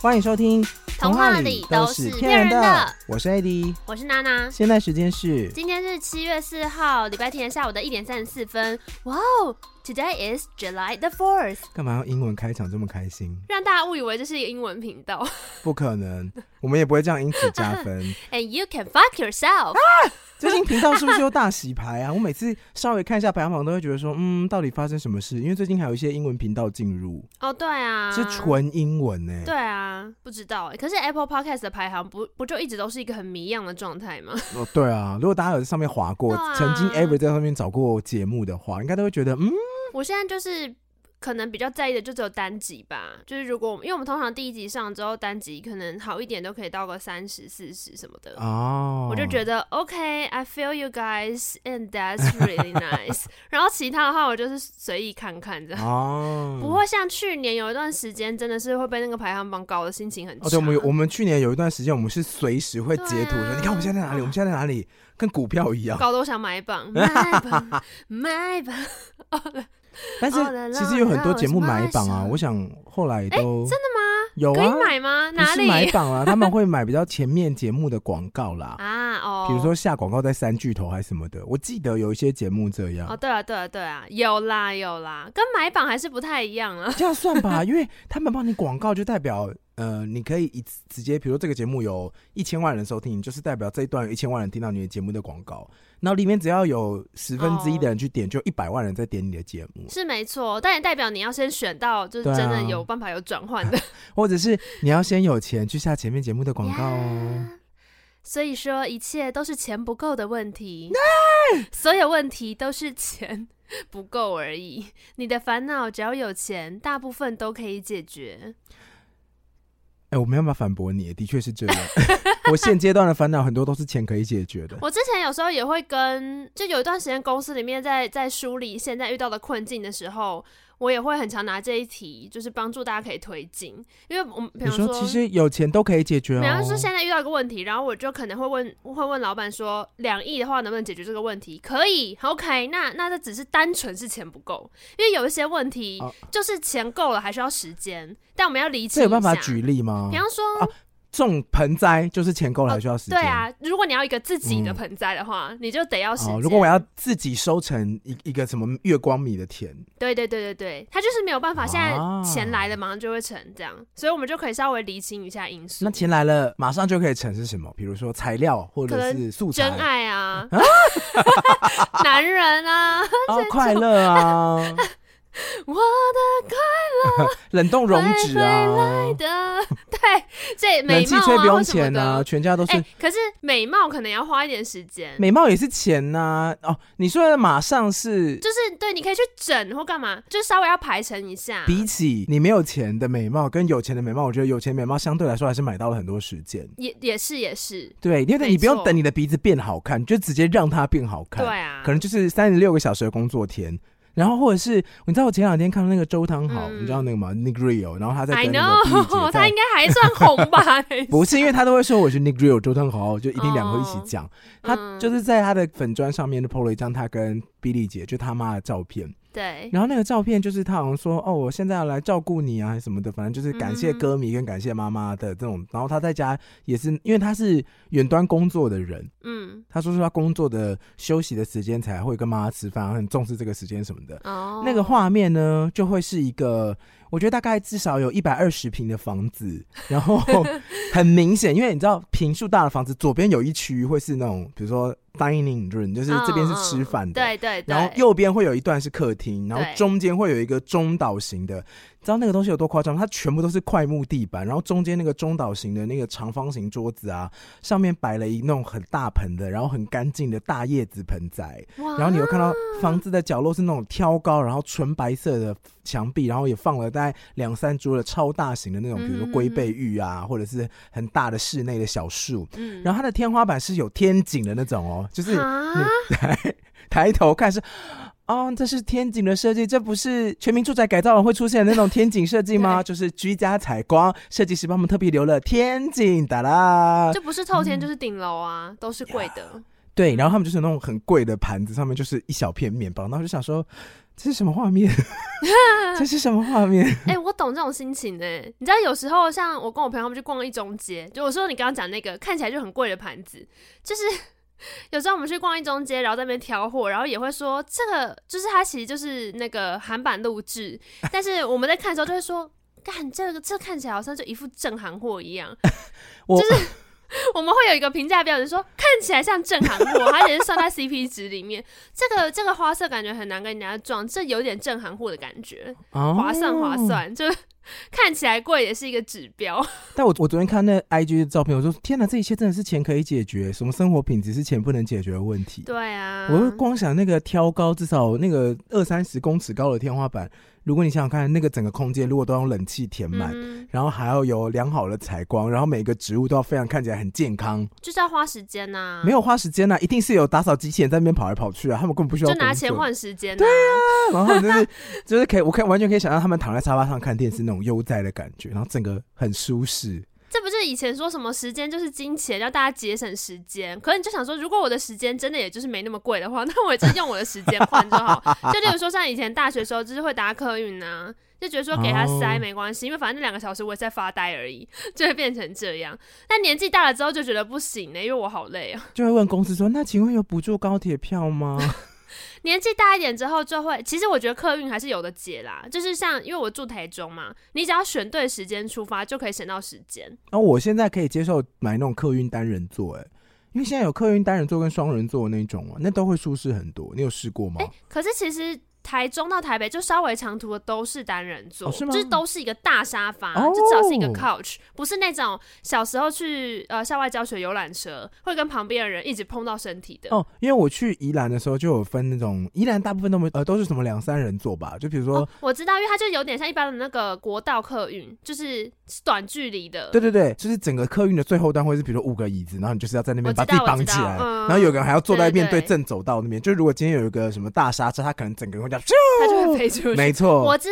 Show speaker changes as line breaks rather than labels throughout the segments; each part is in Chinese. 欢迎收听《
童话里都是骗人的》，
我是艾迪，
我是娜娜。
现在时间是
今天是七月四号，礼拜天下午的一点三十四分。哇哦，Today is July the fourth，
干嘛用英文开场这么开心？
让大家误以为这是一个英文频道。
不可能，我们也不会这样因此加分。
And you can fuck yourself。
最近频道是不是又大洗牌啊？我每次稍微看一下排行榜，都会觉得说，嗯，到底发生什么事？因为最近还有一些英文频道进入，
哦，对啊，
是纯英文欸呢、
对啊，不知道哎。可是 Apple Podcast 的排行不不就一直都是一个很迷样的状态吗？
哦，对啊，如果大家有在上面划过，
对啊
曾经 ever 在上面找过节目的话，应该都会觉得，嗯，
我现在就是可能比较在意的就只有单集吧，就是如果我们因为我们通常第一集上之后，单集可能好一点都可以到个三十、四十什么的。
哦，
我就觉得 OK，I、feel you guys and that's really nice 。 然后其他的话，我就是随意看看这样，
哦，
不会像去年有一段时间真的是会被那个排行榜搞得心情很差。
哦，对，我们有我们去年有一段时间，我们是随时会截图说，
啊对啊
你看我们现在在哪里，我们现在在哪里，跟股票一样。
搞得我想买 榜，买榜，买榜。
但是
all alone
其实有很多节目买榜
now is
啊，
my
我想后来都
哎
真的吗？有
可以
啊，
买吗？
不
哪
是买
里
榜啊，他们会买比较前面节目的广告啦，
啊？ 哦，
比如说下广告在三巨头还是什么的，我记得有一些节目这样
哦，。对啊，对啊，对啊，有啦，有啦，跟买榜还是不太一样啊。
这样算吧， 因为他们帮你广告，就代表呃，你可以一次直接，比如说这个节目有一千万人收听，就是代表这一段有一千万人听到你的节目的广告，然后里面只要有十分之一的人去点，就一百万人在点你的节目，
是没错，但也代表你要先选到，就是
对啊
真的有办法有转换的。
或者是你要先有钱去下前面节目的广告哦。
呀所以说，一切都是钱不够的问题，所有问题都是钱不够而已。你的烦恼只要有钱，大部分都可以解决。
哎、我没有办法反驳你，的确是这样。 我现阶段的烦恼很多都是钱可以解决的。
我之前有时候也会跟，就有一段时间公司里面在在梳理现在遇到的困境的时候，我也会很常拿这一题，就是帮助大家可以推进。因为我们比
你
方
说其实有钱都可以解决哦。
比方说现在遇到一个问题，然后我就可能会问，会问老板说，两亿的话能不能解决这个问题？可以，OK 那。那这只是单纯是钱不够，因为有一些问题
哦
就是钱够了还需要时间，但我们要理
这
清一
有办法
下。
举例吗
比？方说，
啊种盆栽就是钱够了还需要时间、
对啊，如果你要一个自己的
嗯
盆栽的话，你就得要时间、
哦，如果我要自己收成一一个什么月光米的田，
对对对对对，他就是没有办法，现在
啊
钱来了马上就会成这样，所以我们就可以稍微厘清一下因素。
那钱来了马上就可以成是什么？比如说材料或
可
者
能
是素
真
材，
爱啊， 男 人啊，
哦，快乐啊，
我的
冷冻溶脂啊
快，的，对，这
冷
美
气
貌
吹不
啊
用
或什么
钱啊，
的，
全家都
哎、
是。
可是美貌可能要花一点时间，
美貌也是钱呐、哦，你说的马上是
就是对，你可以去整或干嘛，就稍微要排成一下。
比起你没有钱的美貌跟有钱的美貌，我觉得有钱美貌相对来说还是买到了很多时间。
也也是也是，
对，因为你不
没
用
错
等你的鼻子变好看，就直接让它变好看。
对啊，
可能就是三十六个小时的工作天。然后或者是你知道我前两天看到那个周汤豪，
嗯
你知道那个吗？Nick Rio，然后他在
I
跟那个毕
know，
姐
他
在
应。该 还算红吧？
不是，因为他都会说我是 Nick Rio 周汤豪，就一定两个一起
哦
讲。他
嗯
就是在他的粉砖上面就 PO 了一张他跟比利姐，就他妈的照
嗯
片。
对，
然后那个照片就是他好像说哦，我现在要来照顾你啊，还是什么的，反正就是感谢
嗯
歌迷跟感谢妈妈的这种。然后他在家也是，因为他是远端工作的人，
嗯，
他说是他工作的休息的时间才会跟妈妈吃饭，很重视这个时间什么的。
哦，
那个画面呢，就会是一个，我觉得大概至少有一百二十平的房子，然后很明显，因为你知道平数大的房子，左边有一区会是那种，比如说 dining room，就是这
嗯
边是吃饭的，
对对对，
然后右边会有一段是客厅，然后
对
中间会有一个中岛型的，你知道那个东西有多夸张吗？它全部都是块木地板，然后中间那个中岛型的那个长方形桌子啊，上面摆了一那种很大盆的，然后很干净的大叶子盆栽，
哇
然后你又看到房子的角落是那种挑高，然后纯白色的墙壁，然后也放了大概两三株的超大型的那种，比如说
嗯
龟背玉啊，或者是很大的室内的小树，
嗯
然后它的天花板是有天井的那种哦，就是。
啊，
抬头看是，哦，这是天井的设计，这不是全民住宅改造完会出现的那种天井设计吗？就是居家采光，设计师帮我们特别留了天井，哒啦。嗯
这不是透天就是顶楼啊，都是贵的，
对，然后他们就是有那种很贵的盘子，上面就是一小片面包，然后我就想说，这是什么画 面？这是什么画面？
哎、我懂这种心情哎、你知道有时候像我跟我朋友他们去逛一中街，就我说你刚刚讲那个看起来就很贵的盘子，就是 有时候我们去逛一中街，然后在那边挑货，然后也会说这个就是它其实就是那个韩版录制，但是我们在看的时候就会说。干这个，这看起来好像就一副正韩货一样。
我、
我们会有一个评价标准说，看起来像正韩货，它也是算在 CP 值里面。这个这个花色感觉很难跟人家撞，这有点正韩货的感觉。
哦
划算划算，就是看起来贵也是一个指 标。
但我我昨天看那 IG 的照片，我说天哪，这一切真的是钱可以解决，什么生活品质是钱不能解决的问题。
对啊，
我光想那个挑高，至少那个二三十公尺高的天花板，如果你想想看，那个整个空间如果都用冷气填满，
嗯哼
然后还要有良好的采光，然后每个植物都要非常看起来很健康，
就是要花时间啊呐、
没有花时间啊呐、一定是有打扫机器人在那边跑来跑去啊，他们根本不需要
就拿
工
钱
作，
换时间、呐。对啊，
然后就是就是可以，我可以完全可以想象他们躺在沙发上看电视那种悠哉的感觉，然后整个很舒适。
这不就是以前说什么时间就是金钱，要大家节省时间。可是你就想说，如果我的时间真的也就是没那么贵的话，那我就用我的时间换就 好。就例如说，像以前大学的时候，就是会搭客运呐、就觉得说给他塞
哦
没关系因为反正那两个小时我也在发呆而已，就会变成这样。但年纪大了之后就觉得不行呢、因为我好累啊。
就会问公司说：“那请问有补助高铁票吗
年纪大一点之后就会，其实我觉得客运还是有的解啦，就是像因为我住台中嘛，你只要选对时间出发就可以省到时间。？”
然后我现在可以接受买那种客运单人座、哎，因为现在有客运单人座跟双人座那种嘛，那都会舒适很多。你有试过吗？
可是其实台中到台北就稍微长途的都是单人座，
哦是吗
就是都是一个大沙发，
哦
就至少是一个 couch，不是那种小时候去呃校外教学游览车会跟旁边的人一直碰到身体的。
哦，因为我去宜兰的时候就有分那种，宜兰大部分都没呃都是什么两三人座吧，就比如说，
哦我知道，因为它就有点像一般的那个国道客运，就是短距离的。
对对对，就是整个客运的最后端会是比如说五个椅子，然后你就是要在那边
我知
把
道
自己绑起
我
来，
知道嗯
然后有个人还要坐在面对
对对对
正走道那边。就如果今天有一个什么大刹车，他可能整个人会这样咻，
它就会飞出去。
没错
我，知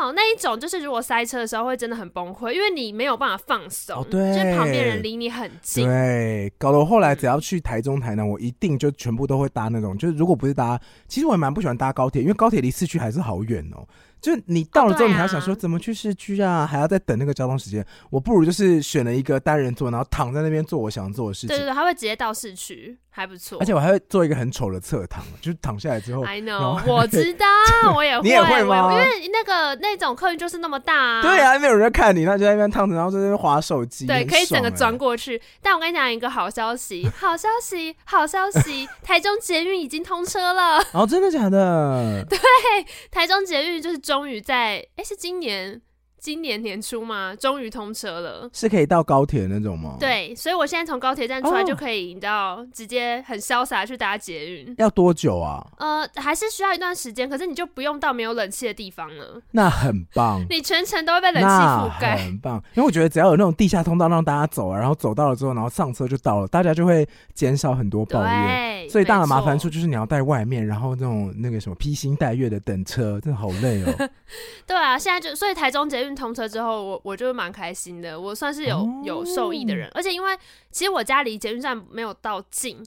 道那一种就是如果塞车的时候会真的很崩溃，因为你没有办法放松，
哦对
就是旁边人离你很近。
对，搞得我后来
嗯
只要去台中、台南，我一定就全部都会搭那种，就是如果不是搭，其实我也蛮不喜欢搭高铁，因为高铁离市区还是好远哦。就是你到了之后，
对啊
你还要想说怎么去市区啊，还要再等那个交通时间。我不如就是选了一个单人座，然后躺在那边做我想做的事
对对
情，
对，他会直接到市区，还不错。
而且 我还会做一个很丑的侧躺，就是躺下来之后
I
后
know，我知道，我也会，
你也会吗
我因为那个那种客运就是那么大、啊，
对啊，没有人在看你，那就在那边烫着，然后在那边划手机，
对，
很
可以整个
爽哎欸
钻过去。但我跟你讲一个好 消息，好消息，好消息， 台中捷运已经通车了。
欸。哦，真的假的？对，
台中捷运就是终于在，哎、是今年今年年初吗？终于通车了。
是可以到高铁的那种吗？，
对，所以我现在从高铁站出来
哦
就可以，你知道，直接很潇洒地去搭捷运。
要多久啊？
呃，还是需要一段时间，可是你就不用到没有冷气的地方了，
那很棒。
你全程都会被冷气
那
覆盖。
很棒，因为我觉得只要有那种地下通道让大家走啊，然后走到了之后，然后上车就到了，大家就会减少很多抱怨。
对，
最大的麻烦
没
处
错。
就是你要在外面，然后那种那个什么披星戴月的等车，真的好累 哦。
对啊，现在就所以台中捷运通车之后，我我就蛮开心的，我算是有、
哦
有受益的人，而且因为其实我家离捷运站没有到近，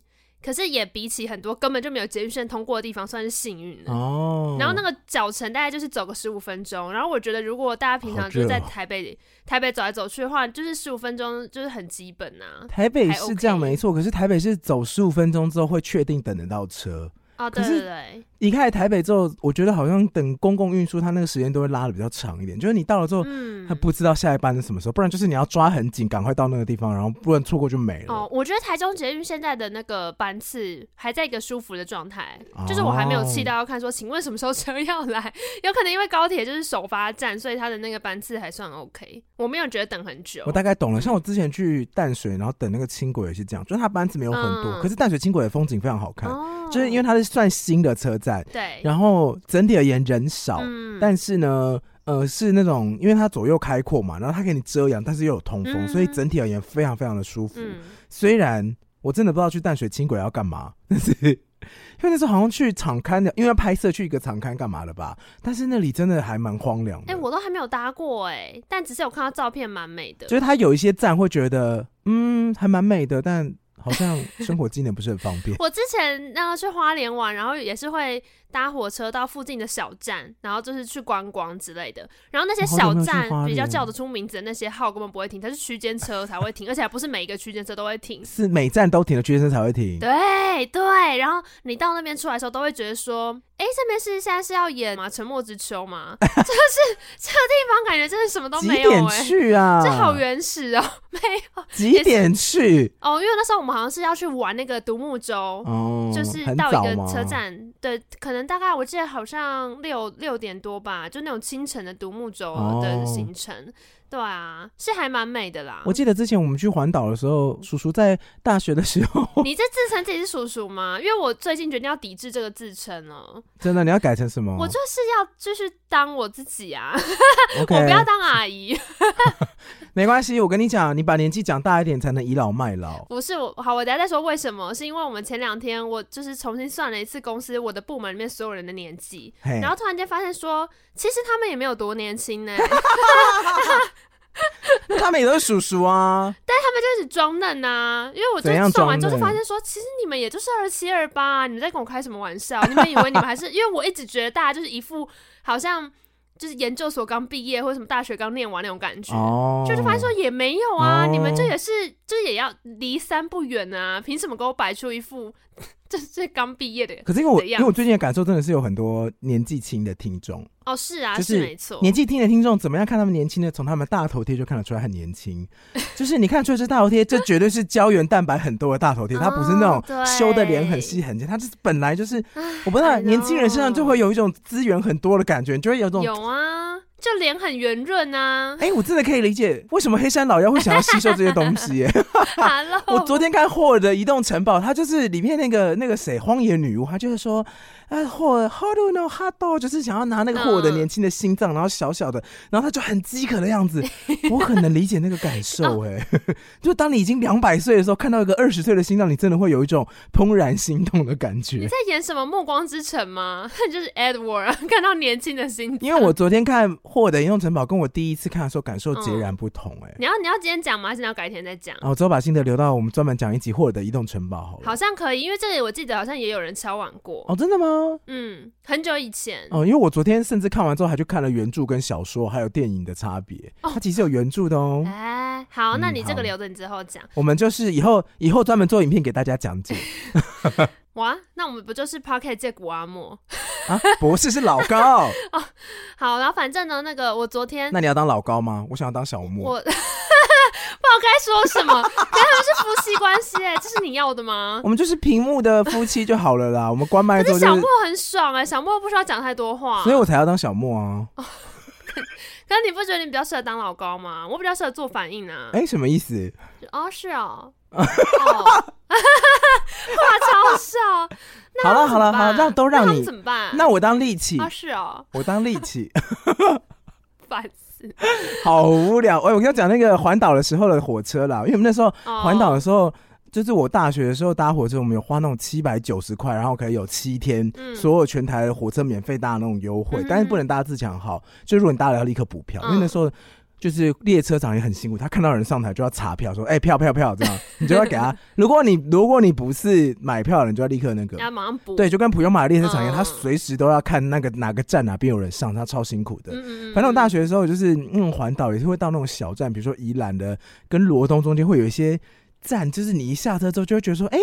可是也比起很多根本就没有捷运线通过的地方，算是幸运的。
哦，
然后那个脚程大概就是走个十五分钟，然后我觉得如果大家平常就是在
好热哦
台北、台北走来走去的话，就是十五分钟就是很基本呐、
台北
还
是这样
OK
没错，可是台北是走十五分钟之后会确定等得到车。
啊。哦，
可
对
是
对对，
离开台北之后，我觉得好像等公共运输，它那个时间都会拉的比较长一点。就是你到了之后，
嗯
哦还。不知道下一班是什么时候，不然就是你要抓很紧，赶快到那个地方，然后不然错过就没了。
哦，我觉得台中捷运现在的那个班次还在一个舒服的状态，就是我还没有气
哦
到要看说，请问什么时候车要来？ 有可能因为高铁就是首发站，所以它的那个班次还算 OK，我没有觉得等很久
我。大概懂了，像我之前去淡水，然后等那个轻轨也是这样，就是它班次没有很多，
嗯
可是淡水轻轨的风景非常好看，
哦
就是因为它是算新的车站，
对，
然后整体而言人少，
嗯
但是呢，呃，是那种因为它左右开阔嘛，然后它给你遮阳，但是又有通风，
嗯
所以整体而言非常非常的舒服。
嗯，
虽然我真的不知道去淡水轻轨要干嘛，但是 因为那时候好像去场刊的，因为要拍摄去一个场刊干嘛的吧，但是那里真的还蛮荒凉的。
哎、我都还没有搭过哎、但只是有看到照片蛮美的。
就。是它有一些站会觉得，嗯，还蛮美的，但好像生活机能不是很方便
我之前那个去花莲玩，然后也是会搭火车到附近的小站，然后就是去观光之类的。然后那些
我好久
小
没有去
站
花
比较
莲
叫得出名字的那些号根本不会停，它是区间车才会停，而且还不是每一个区间车都会停。
是每站都停的学生才会停，
对对，然后你到那边出来的时候，都会觉得说，哎，这边是现在是要演啊嘛《沉默之丘》 嘛，就是这个地方感觉真的什么都
几
没有
点
哎、
去啊？
这好原始哦，没有
几点去？
哦，因为那时候我们好像是要去玩那个独木舟，
哦，
就是
很
到
早
一个
吗
车，站，对，可能大概我记得好像六六点多吧，就那种清晨的独木舟的
哦
行程，对啊，是还蛮美的啦。
我记得之前我们去环岛的时候，叔叔在大学的时候，
你这自称自己是叔叔吗？因为我最近决定要抵制这个自称了，
真的你要改成什么？
我就是要就是当我自己啊，
OK，
我不要当阿姨，
没关系，我跟你讲，你把年纪长大一点，才能倚老卖 老。
不是我。好，我等一下再说为什么，是因为我们前两天我就是重新算了一次公司我的部门里面所有人的年纪，
嘿
然，后突然间发现说，其实他们也没有多年 轻呢、
他们也都是叔叔啊，
就是装嫩呐、因为我就
怎样
算完之后就
装
发
嫩
现说，其实你们也就是二七二八，你们在跟我开什么玩 笑？你们以为你们还是？因为我一直觉得大家就是一副好像就是研究所刚毕业或者什么大学刚念完那种感觉。
哦，
就是发现说也没有啊，
哦
你们这也是，就是也要离三不远啊，凭什么给我摆出一副 就是刚毕业的？
可是因为我
怎
因
样
为我最近的感受真的是有很多年纪轻的听众，
哦，是啊，
就是
是没错，
年纪轻的听众怎么样看他们年轻呢？从他们大头贴就看得出来很年轻， 就是你看出来这大头贴，这绝对是胶原蛋白很多的大 头贴，它不是那
哦对
种修的脸很细很尖，它就是本来 就是
唉，
我不知道
I know
年轻人身上就会有一种资源很多的感觉，你就会有一种。
有啊，就脸很圆润啊
哎、我真的可以理解为什么黑山老妖会想要吸收这些东西耶、
Hello，
我昨天看霍尔的《移动城堡》，他就是里面那个那个谁，荒野女巫，她就是说，啊，霍尔 How do you know how do？就是想要拿那个霍尔的
嗯
年轻的心脏，然后小小的，然后他就很饥渴的样子，我很能理解那个感受、哎、就当你已经两百岁的时候，看到一个二十岁的心脏，你真的会有一种怦然心动的感
你
觉。
在演什么《暮光之城》吗？ 就是 Edward 啊看到年轻的心脏
因为我昨天看霍尔的《移动城堡》，跟我第一次看的时候感受截然不同、哎、
你要你要今天讲吗？还是你要改天再讲？
然后之后把心得留到我们专门讲一集霍尔的《移动城堡》好了。
好像可以，因为这里我记得好像也有人敲碗过。
哦，真的吗？
嗯，很久以前。
哦，因为我昨天甚至看完之后，还去看了原著跟小说，还有电影的差别。
哦
它其实有原著的哦。
哎、好，
嗯
那你这个
好
留着你之后讲。
我们就是以后以后专门做影片给大家讲解
哇，那我们不就是 Pocket 借古阿莫？
啊。博士是老高，
好，然后反正呢，那个我昨天
那你要当老高吗？我想要当小莫。
我 不知道该说什么， 可是他们是夫妻关系哎、这是你要的吗
我？们就是屏幕的夫妻就好了啦。我们关麦之
可
后
是小
就是
莫，啊很爽哎、小莫不需要讲太多话。
所以我才要当小莫啊。
哦可是你不觉得你比较适合当老高吗？我比较适合做反应啊。
哎、什么意思？
哦，是哦， 哦，话超少。那
好了好了好了
他们怎么办
让都
那
让
他们
你
怎么办？
那我当利器，
啊是哦，
我当利器，
烦死。
好无聊。哎、我跟你讲那个环岛的时候的火车啦，因为我们那时候
哦
环岛的时候，就是我大学的时候搭火车，我们有花那种七百九十块，然后可以有七天、
嗯
所有全台的火车免费搭的那种优惠，
嗯哼嗯
但是不能搭自强号，就如果你搭了要立刻补票，因为那时候。就是列车长也很辛苦，他看到人上台就要查票，说：“哎、票票票！” 这样你就要给他。如果你如果你不是买票的人，就要立刻那个。
要马上补。
对，就跟普悠玛列车长一样，
嗯
他随时都要看那个哪个站哪边有人上，他超辛苦的。
嗯，嗯嗯，
反正我大
学
学的时候就是嗯，环岛也是会到那种小站，比如说宜兰的跟罗东中间会有一些站，就是你一下车之后就会觉得说，哎、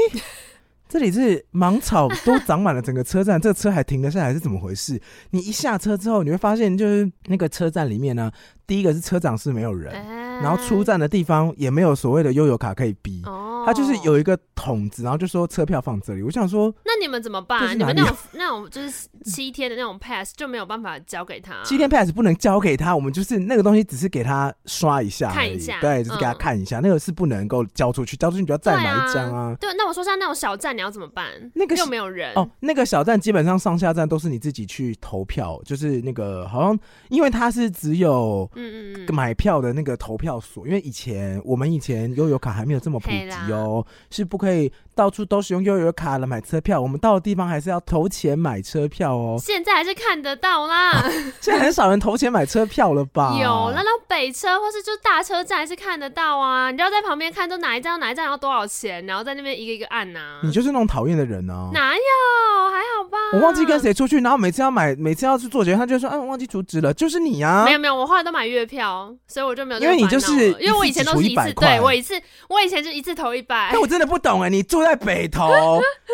这里是芒草 都长满了整个车站，这个车还停得下来是怎么回事？你一下车之后，你会发现就是那个车站里面呢，第一个是车长是没有人，
哎
然后出，站的地方也没有所谓的悠游卡可以逼。
哦，
它就是。有一个桶子，然后就说车票放这里。我想说，
那你们怎么
这
办？
是
你们
哪里
那种那种就是 七天的那种 pass 就没有办法交给他。
七天 pass 不能交给他，我们就是那个东西，只是给他刷一下而已，
看一下
对，就是给他
嗯
看一下，那个是不能够交出去，交出去你就要再买一张啊。
对，那我说像那种小站你要怎么办？
那个是
又没有人
哦，那个小站基本上上下站都是你自己去投票，就是那个好像因为它是只有
嗯嗯嗯，
买票的那个投票所，因为以前我们以前悠游卡还没有这么普
嘿啦
及哦，是不可以到处都使用悠游卡来买车票。我们到的地方还是要投钱买车票 哦，
嗯现在还是看得到啦，
现在很少人投钱买车票了吧？
有那到北车或是就大车站还是看得到啊，你就要在旁边看，都哪一站哪一站要多少钱，然后在那边一个一个按呐、
你就是那种讨厌的人啊。
哪有还好吧？
我忘记跟谁出去，然后每次要买，每次要去做决定，他就会说：“嗯、我忘记储值了，就是你啊。”
没有没有，我后来都买月票，所以我就没有这
因为
个
你就
烦恼
是
了因为我以前都是
一
一
次只
次，
出100
对我一次，我以前就一次投一百
但，我真的不懂哎，你住在北 投，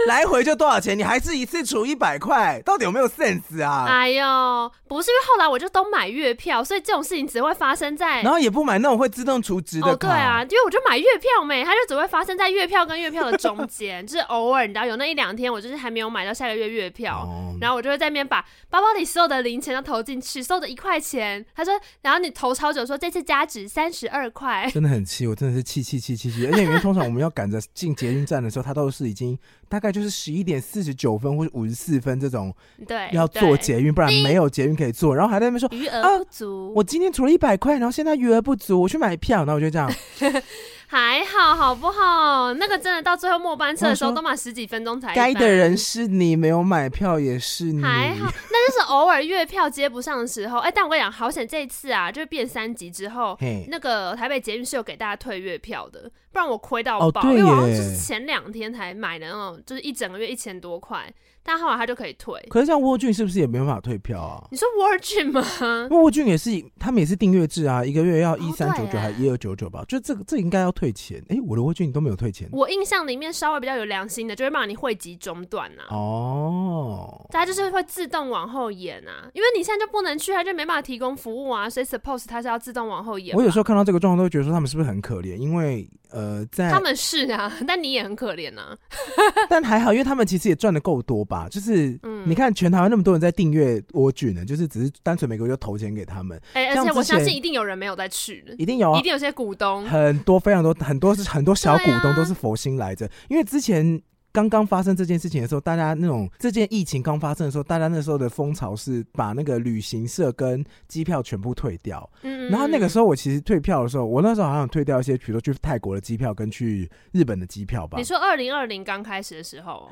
来回就多少钱？你还是一次除一百块，到底有没有 sense 啊？
哎呦，不是因为后来我就都买月票，所以这种事情只会发生在
然后也不买那种会自动除值
哦，
的卡。
对啊，因为我就买月票没，它就只会发生在月票跟月票的中间， 就是偶尔你知道有那一两天我就是还没有买到下个月月票。
哦，
然后我就会在那边把包包里所有的零钱都投进去，所有的一块钱。他说，然后你投超久，说这次加值三十二块。
真的很气，我真的是气气气气气。而且因为通常我们要赶着进捷运站的时候，它都是已经大概就是十一点四十九分或者五十四分这种
对，
要
哎对
做捷运，不然没有捷运可以做。然后还在那边说。
余
啊
额不足，
我今天除了一百块，然后现在余额不足，我去买票，然后我就这样，
还好好不好？那个真的到最后末班车的时
我想
候，
说
都满十几分钟才一
该的
班
人是你，没有买票也是你。
还好，那就是偶尔月票接不上的时候。哎、但我跟你讲，好险这一次啊，就是变三级之后，
嘿，
那个台北捷运是有给大家退月票的，不然我亏到
哦
爆。
对
因为我好像
耶
就是前两天才买的那种，就是一整个月一千多块，但后来他就可以退。
可是像蜗俊是不是也没办法退票啊？
你说 Virgin 吗？
因为沃俊也是以，他们也是订阅制啊，一个月要一三九
哦对啊
九还一二九九吧，就这个这应该要退钱。哎、我的沃俊都没有退钱
我印象里面稍微比较有良心的，就会让你汇集中断呐、啊。
哦。
它就是会自动往后延啊，因为你现在就不能去，它就没办法提供服务啊，所以 suppose 它是要自动往后延吧。
我有时候看到这个状况，都会觉得说他们是不是很可怜？因为呃，在
他们是啊， 但你也很可怜啊。
但还好，因为他们其实也赚的够多吧。就是、
嗯
你看全台湾那么多人在订阅蜗俊呢，就是只是单纯每个月就投钱给他们，
哎、
像
而且我
之前
相信一定有人没有在去的，
一定有啊
一，定有些股东。
很多非常多很多是很多小股
对
东
啊
都是佛心来着，因为之前。刚刚发生这件事情的时候，大家那种这件疫情刚发生的时候，大家那时候的风潮是把那个旅行社跟机票全部退掉。
嗯，
然后 那个时
候
候我其实退票的时候，我那时候好像有退掉一些，比如说去泰国的机票跟去日本的机票吧
嗯你。说二零二零刚开始的时候，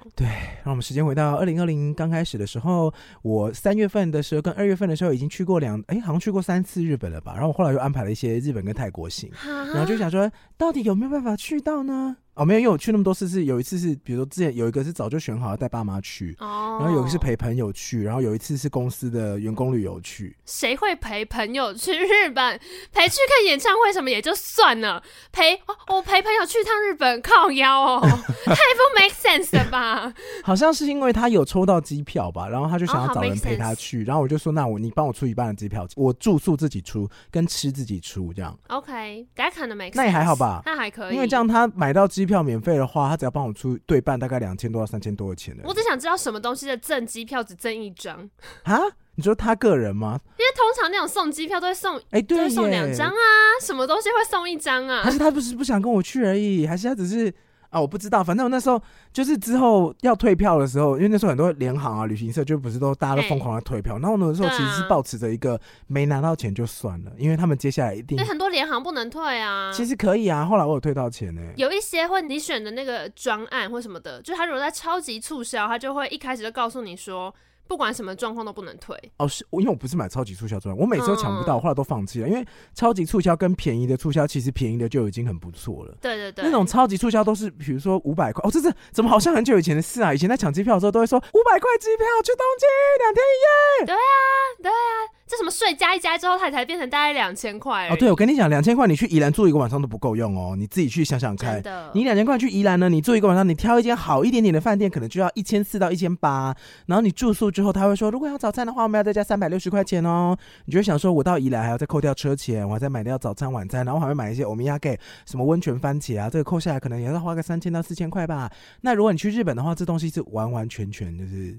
让我们时间回到二零二零刚开始的时候，我三月份的时候跟二月份的时候已经去过两，哎，好像去过三次日本了吧。然后我后来又安排了一些日本跟泰国行。
然
然后就想说，到底有没有办法去到呢？哦，没有，因为我去那么多次是，有一次是，比如说之前有一个是早就选好要带爸妈去，
哦，
然后有一个是陪朋友去，然后有一次是公司的员工旅游去。
谁会陪朋友去日本？陪去看演唱会什么也就算了，陪哦我陪朋友去趟日本靠腰哦，太不 make sense 了吧？
好像是因为他有抽到机票吧，然后他就想
哦
要
好
找人
make
陪他
sense
去，然后我就说，那我你帮我出一半的机票，我住宿自己出，跟吃自己出这样。
OK，大家看的 make，
那也还好
sense，
吧
那还可以。
因为这，样他买到机票免费的话，他只要帮我出对半，大概两千多到三千多的钱了
我只想知道什么东西的赠机票只赠一张，因
啊。你说他个人吗？
为通常那种送机票都会送，
哎、
都
对
会
耶，
送两张啊，什么东西会送一张
还
啊？
是他不是不想跟我去而已，还是他只是啊，我不知道。反正我那时候就是之后要退票的时候，因为那时候很多联行啊、旅行社就不是都大家都
嘿
疯狂的退票，然后那时候
对啊
其实是抱持着一个没拿到钱就算了，因为他们接下来一定
对，啊很多联行不能退啊。
其实可以啊。后来我有退到钱呢、
有一些会你选的那个专案或什么的，就他如果在超级促销，他就会一开始就告诉你说，不管什么状况都不能退。
哦，是我因为我不是买超级促销专案，我每次都抢不到，
嗯
后来都放弃了，因为超级促销跟便宜的促销，其实便宜的就已经很不错了。
对对对，
那种超级促销都是，比如说五百块哦，这是怎么好像很久以前的事啊？以前在抢机票的时候都会说五百块机票去东京两天
这什么税加一加之后，它才变成大概两千块啊而
哦，
已
对，我跟你讲，两千块你去宜兰住一个晚上都不够用哦，你自己去想想
真
看。
的，
你两千块去宜兰呢，你住一个晚上，你挑一间好一点点的饭店，可能就要一千四到一千八。然后你住宿之后，他会说，如果要早餐的话，我们要再加三百六十块钱哦。你就会想说，我到宜兰还要再扣掉车钱，我还再买掉早餐、晚餐，然后我还会买一些我们要给什么温泉番茄啊，这个扣下来可能也要花个三千到四千块吧。那如果你去日本的话，这东西是完完全全就是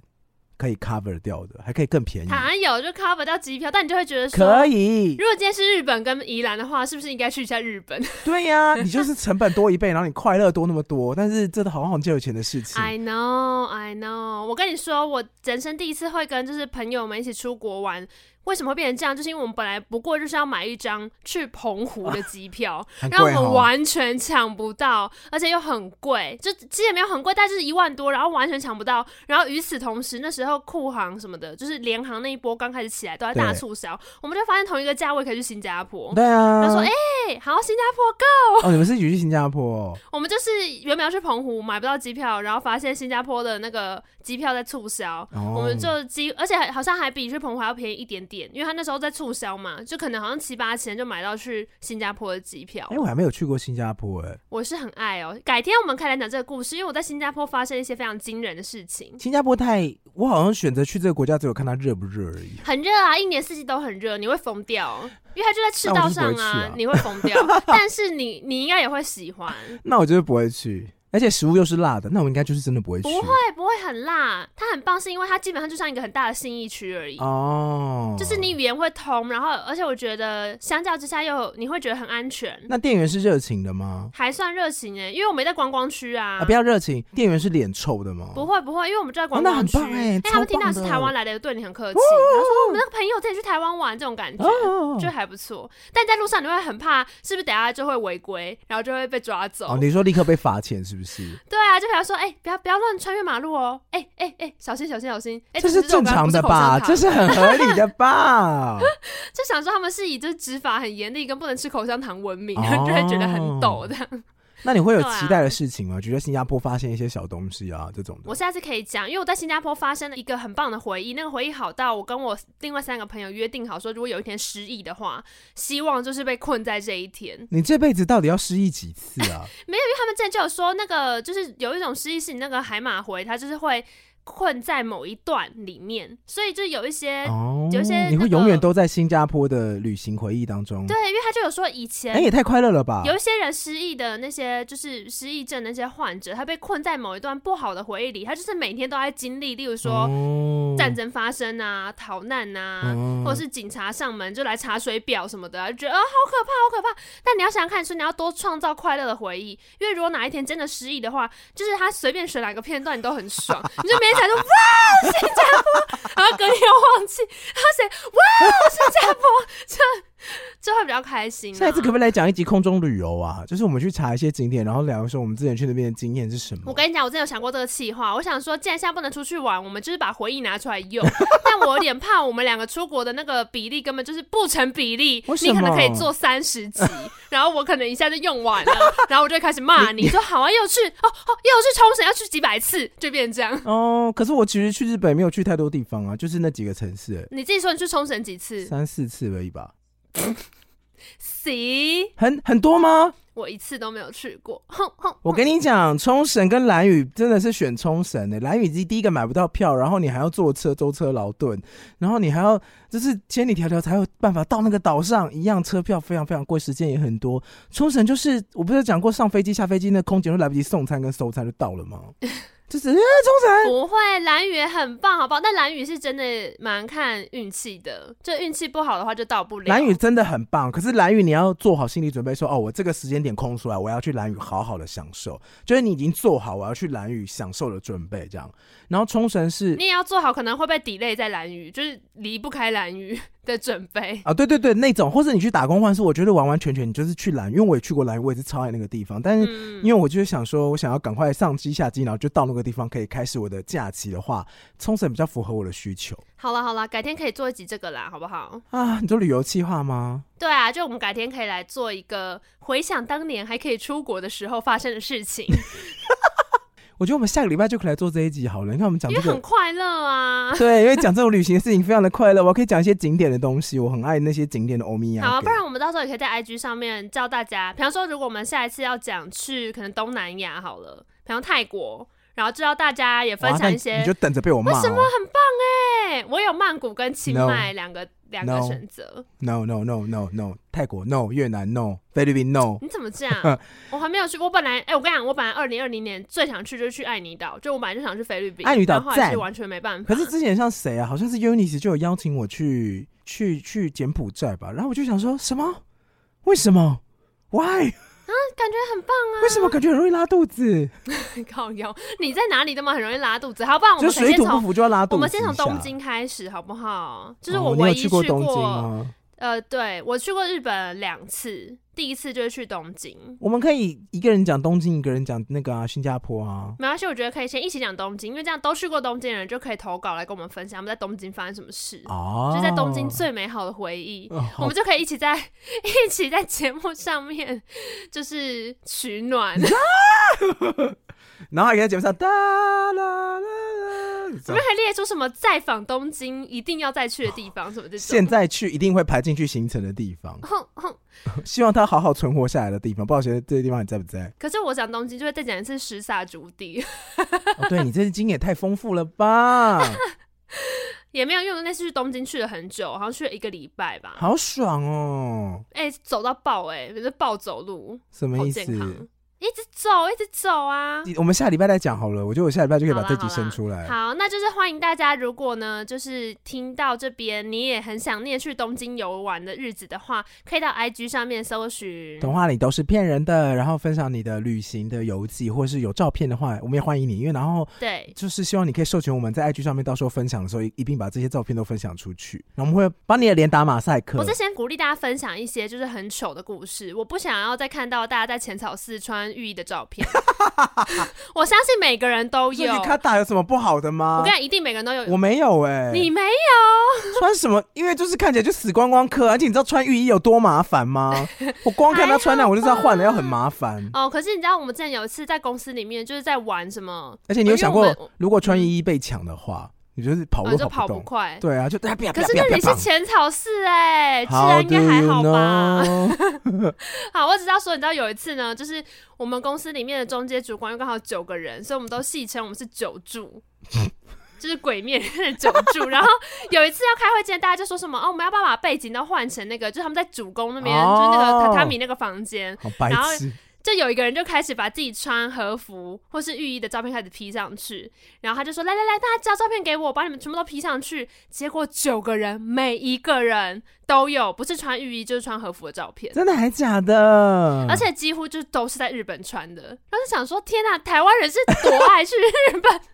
可以 cover 掉的，还可以更便宜，
它有就 cover 掉机票，但你就会觉得说，
可以
如。果今天是日本跟宜兰的话，是不是应该去一下日本
对 呀、你就是成本多一倍，然后你快乐多那么多，但是这都好像很久以前的事情。
？I know, I know。我跟你说，我人生第一次会跟就是朋友们一起出国玩，为什么会变成这样？就是因为我们本来不过就是要买一张去澎湖的机票，
很
让我
贵哦
们
哈。
完全抢不到，而且又很贵，就其实也没有很贵，但就是一万多，然后完全抢不到。然后与此同时，那时候库航什么的，就是联航那一波刚开始起来都在大
对
促销，我们就发现同一个价位可以去新加坡。
对啊，
他说：“哎、好，新加坡，Go！
哦，你们是一起去新加坡哦？
我们就是哎原本要去澎湖，买不到机票，然后发现新加坡的那个机票在促销，
哦
我们就机，而且还好像还比去澎湖还要便宜一点点，因为他那时候在促销嘛，就可能好像七八千就买到去新加坡的机票。
哎、我还没有去过新加坡哎、
我是很爱哦，改天我们可以来讲这个故事，因为我在新加坡发生一些非常惊人的事情。
新加坡太，我好像选择去这个国家只有看它热不热而已。
很热啊，一年四季都很热，你会疯掉，因为它就在赤
那
道
我就是不
上
会
啊，
去啊
你会疯掉。 但是你你应该也会喜欢，
那我就是不会去，而且食物又是辣的，那我应该就是真的不会去。
不会不会很辣，它很棒，是因为它基本上就像一个很大的信义区而已。
哦，
就是你语言会通，然后而且我觉得相较之下又你会觉得很安全，
那店员是热情的吗？
还算热情诶，因为我没在观光区啊。
啊，不要热情，店员是脸臭的吗？
不会不会，因为我们就在观
哦那
光
很
区，
棒欸
因为他们
超
听到
棒
是
的
台湾来的，对你很客气，然后说我们那个朋友之前去台湾玩，这种感觉
哦
就还不错。但在路上你会很怕，是不是等下就会违规，然后就会被抓走？
哦，你说立刻被罚钱是不是？
对啊，就比方说，哎、不要不要乱穿越马路哦，哎哎哎，小心小心小心，哎、
这
是
是正常的吧？这
就是
很合理的吧？
就想说他们是以就是执法很严厉跟不能吃口香糖闻名，
哦
然后 就会觉得很抖的。
那你会有
对啊
期待的事情吗？觉得新加坡发现一些小东西啊，这种的
我。下次可以讲，因为我在新加坡发生了一个很棒的回忆，那个回忆好到我跟我另外三个朋友约定好说，如果有一天失忆的话，希望就是被困在这一天。
你这辈子到底要失忆几次 啊？
他们之前就有说，那个就是有一种失忆是你那个海马回，它就是会困在某一段里面，所以就有一些、
哦，
呃有一些
你
那
会
个
永远都在新加坡的旅行回忆当中。
对，因为他就有说以前
哎、也太快乐了吧！
有一些人失忆的那些，就是失忆症的那些患者，他被困在某一段不好的回忆里，他就是每天都在经历，例如
哦
说
说
战争发生啊、逃难啊，
嗯
或者是警察上门就来查水表什么的啊、就觉得啊、好可怕，好可怕。但你要想想看，说你要多创造快乐的回忆，因为如果哪一天真的失忆的话，就是他随便选哪个片段你都很爽，你就每天想 说哇新加坡，然后隔天又忘记，然后谁哇新加坡，就就会比较开心、啊。
下一次可不可以来讲一集空中旅游啊？就是我们去查一些景点，然后聊说我们之前去那边的经验是什么。
我跟你讲，我真的有想过这个计划。我想说，既然现在不能出去玩，我们就是把回忆拿出 来用。但我有点怕，我们两个出国的那个比例根本就是不成比例。
为什
你
么
可能可以做三 十集，然后我可能一下就用完了，然后我就会开始骂你，说好啊，又去哦哦，又去冲绳，要去几百次，就变成这样。
哦，可是我其实去日本没有去太多地方啊，就是那几个城市、
你自己说你去冲绳几
欸，
次？
三四次而已吧。
行，
很很多吗？
我一次都没有去 过。哼哼，
我跟你讲，冲绳跟兰屿真的是选冲绳的、兰屿机第一个买不到票，然后你还要坐车舟车劳顿，然后你还要就是千里迢迢才有办法到那个岛上，一样车票非常非常贵，时间也很多。冲绳就是我不是讲过上飞机下飞机那空姐都来不及送餐跟收餐就到了吗？ 就是、呃、冲绳
不会，蓝雨也很棒，好不好？但蓝雨是真的蛮看运气的，就运气不好的话就到不了。
蓝屿真的很棒，可是蓝屿你要做好心理准备说哦，我这个时间点空出来，我要去蓝屿好好的享受，就是你已经做好我要去蓝屿享受的准备这样。然后冲绳是
你也要做好可能会被 delay 在蓝雨，就是离不开蓝雨的准备。
啊，对对对，那种，或者你去打工换宿，我觉得完完全全你就是去蓝，因为我也去过蓝，我也是超爱那个地方。但是
嗯，
因为我就是想说，我想要赶快上机下机，然后就到那个地方可以开始我的假期的话，冲绳比较符合我的需求
好了好了，改天可以做一集这个啦，好不好？
啊。你做旅游计划吗？
对啊，就我们改天可以来做一个回想当年还可以出国的时候发生的事 情，
我觉得我们下个礼拜就可以来做这一集好了。你看我们讲
因
这
为很
个。
快乐啊。
对，因为讲这种旅行的事情非常的快乐，我可以讲一些景点的东西，我很爱那些景点的欧米亚。
好啊，不然我们到时候也可以在 IG 上面教大家，比方说，如果我们下一次要讲去可能东南亚好了，比方泰国，然后就让大家也分
啊哇那
享一
你
些
就。等着被我骂、哦。
为什么很棒哎、我有曼谷跟清
No
迈两个两个
No
选择。
？No No No No No，泰国 No，越南 No，菲律宾 No。
你怎么 这样？我还没有去，我本来哎、我跟你讲，我本来二零二零年最想去就是去爱尼岛，就我本来就想去菲律宾，
爱尼岛
然后后来是
赞
完全没办法。
可是之前像谁啊？好像是 Unis 就有邀请我去去去柬埔寨吧，然后我就想说什么？为什么？Why？
啊，感觉很棒啊！
为什么感觉很容易拉肚子？
靠腰，你在哪里都嘛很容易拉肚子。好，不然我
就
们可
水
以先
土不
从
服就要拉肚子。
我们先从东，京开始，好不好？就是
哦
我
你有
唯一
去过东京吗？
呃，对我去过日本两次，第一次就是去东京。
我们可以一个人讲东京，一个人讲那个啊新加坡啊。
没关系，我觉得可以先一起讲东京，因为这样都去过东京的人就可以投稿来跟我们分享他们在东京发生什么事，
哦，
就在东京最美好的回忆。
哦，好
我们就可以一起在 一起在节目上面就是取暖，我
然后还给他节目上哒啦啦啦，这
们
样
还列出什么再访东京一定要再去的地方什么这
现
种。
在去一定会排进去行程的地方，
哼哼，
希望他好好存活下来的地方。不知道现在这个地方还在不在？
可是我讲东京就会再讲一次石萨竹地，
哦，对你这经验也太丰富了吧，
也没有用。那次去东京去了很久，好像去了一个礼拜吧。
好爽哦！
哎、走到爆哎、欸，就是暴走路，
什么
好
意
健
思
康？，一直走一直走啊。
我们下礼拜再讲好了，我觉得我下礼拜就可以
好
把
啦
这集生出来。
好，那就是欢迎大家，如果呢，就是听到这边你也很想念去东京游玩的日子的话，可以到 IG 上面搜寻。
童话里都是骗人的，然后分享你的旅行的游记，或是有照片的话，我们也欢迎你。因为然后
对，
就是希望你可以授权我们在 IG 上面，到时候分享的时候一一并把这些照片都分享出去。然后我们会帮你的脸打马赛克
我。之前鼓励大家分享一些就是很糗的故事，我不想要再看到大家在浅草寺穿浴衣的照 片。我相信每个人都
这
有，
个
我
卡打有什么不好的吗
跟你？讲，一定每个人都有。
啊我没有哎、
你没有，
穿什么？因为就是看起来就死光光客，而且你知道穿浴衣有多麻烦吗？ 我光看他穿那，我就知道换了要很麻烦。
哦，可是你知道我们之前有一次在公司里面就是在玩什么，
而欸且你有想
因为我
过
们，
如果穿浴衣被抢的话，你就是跑
哦
都
就跑
跑不
不
动。
快。
对啊，就啪啪
可
啪
是
啪
那
啪
里是
啪。
浅草寺哎、治安
How
应
do
该
you
还好吧？
know？
好，我只知道说，你知道有一次呢，就是我们公司里面的中介主管又刚好九个人，所以我们都戏称我们是九 柱，就是鬼面人的九柱。然后有一次要开会之前，大家就说什么哦，我们要不要把背景都换成那个，就是他们在主攻那边
哦
就是那个榻榻米那个房间，
好白
然后
痴！
就有一个人就开始把自己穿和服或是浴衣的照片开始 P 上去，然后他就说：“来来来，大家交照片给我，我把你们全部都 P 上去。”结果九个人，每一个人都有，不是穿浴衣就是穿和服的照片。
真的还假的？
而且几乎就都是在日本穿的。然后就想说，天呐，台湾人是多爱去日本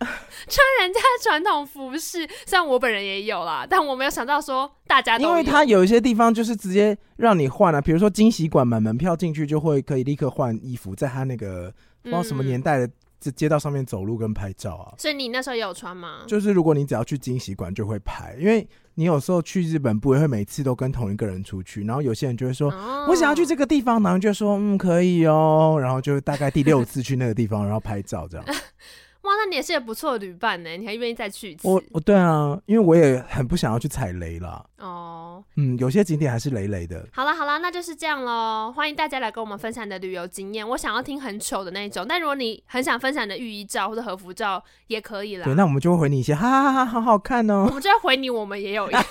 穿人家传统服饰。虽然我本人也有啦，但我没有想到说大家都
因
有
为它有一些地方就是直接让你换了、啊比如说惊喜馆买门票进去就会可以立刻换衣服，在它那个不知道什么年、
嗯
代的这街道上面走路跟拍照啊。
所以你那时候也有穿吗？
就是如果你只要去惊喜馆就会拍，因为你有时候去日本不会每次都跟同一个人出去，然后有些人就会说。
哦
我想要去这个地方，然后就说嗯可以哦，然后就大概第六次去那个地方，然后拍照这 样。
哇，那你也是个不错的旅伴呢，你还愿意再去一次？
我我对啊，因为我也很不想要去踩雷啦。
哦，
嗯，有些景点还是雷雷的。
好啦好啦，那就是这样喽。欢迎大家来跟我们分享你的旅游经验，我想要听很糗的那一种，但如果你很想分享你的浴衣照或者和服照也可以啦
对，。那我们就会回你一些，哈哈哈，好好看
我
哦。
们就会回你，我们 也有一个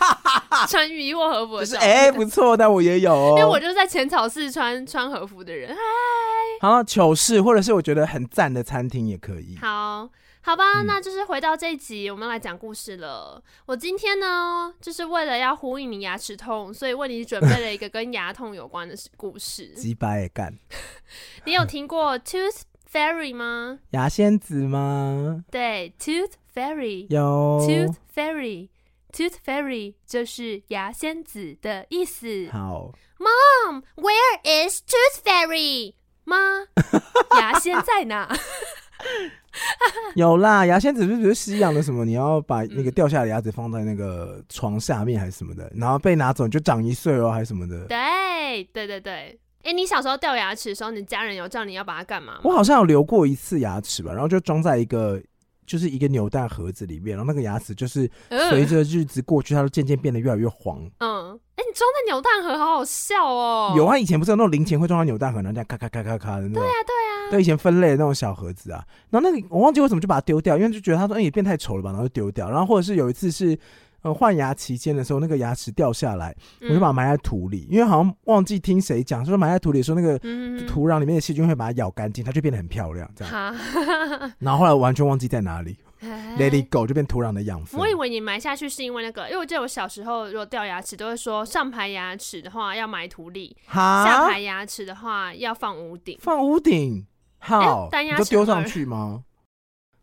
穿浴衣或和服
就
的
是
照片。
哎、不错，但我也有哦。
因为我就是在浅草寺穿穿和服的人。
好像糗事，或者是我觉得很赞的餐厅也可以。
好，好吧，
嗯。
那就是回到这一集，我们来讲故事了。我今天呢，就是为了要呼应你牙齿痛，所以为你准备了一个跟牙痛有关的事故事
鸡巴也干
你有听过 Tooth Fairy 吗？
牙仙子吗？
对，Tooth Fairy，Tooth
有。
Fairy。Tooth Fairy 就是牙仙子的意思。
好，
Mom, where is Tooth Fairy？妈，牙仙在哪？
有啦。牙仙子是不是西洋的什么？你要把那个掉下来的牙齿放在那个床下面还是什么的，然后被拿走你就长一岁哦，还是什么的。
对对对对。哎、你小时候掉牙齿的时候，你家人有叫你要把它干嘛吗？
我好像有留过一次牙齿吧，然后就装在一个就是一个扭蛋盒子里面，然后那个牙齿就是哦随
嗯
着日子过去，它就渐渐变得越来越黄。
嗯，哎、你装在扭蛋盒，好好笑哦。
有啊，以前不是有那种零钱会装在扭蛋盒，然后这样咔咔咔咔咔的那种。对啊，对啊。对，以前分类的那种小盒子啊，然后那个我忘记为什么就把它丢掉，因为就觉得它说哎、也变太丑了吧，然后就丢掉。然后或者是有一次是。呃，换牙期间的时候，那个牙齿掉下来，我
嗯，
就把它埋在土里，因为好像忘记听谁讲，说埋在土里说那个
嗯，嗯，
土壤里面的细菌会把它咬干净，它就变得很漂亮这样。
好，
然后后来我完全忘记在哪里， ，Let it go 就变土壤的养分
哎 我。以为你埋下去是因为那个，因为我记得我小时候如果掉牙齿，都会说上排牙齿的话要埋土里，下
哈，
排牙齿的话要放屋顶。
放屋顶，好，
哎单
你
压
就
成
丢
二
上去吗？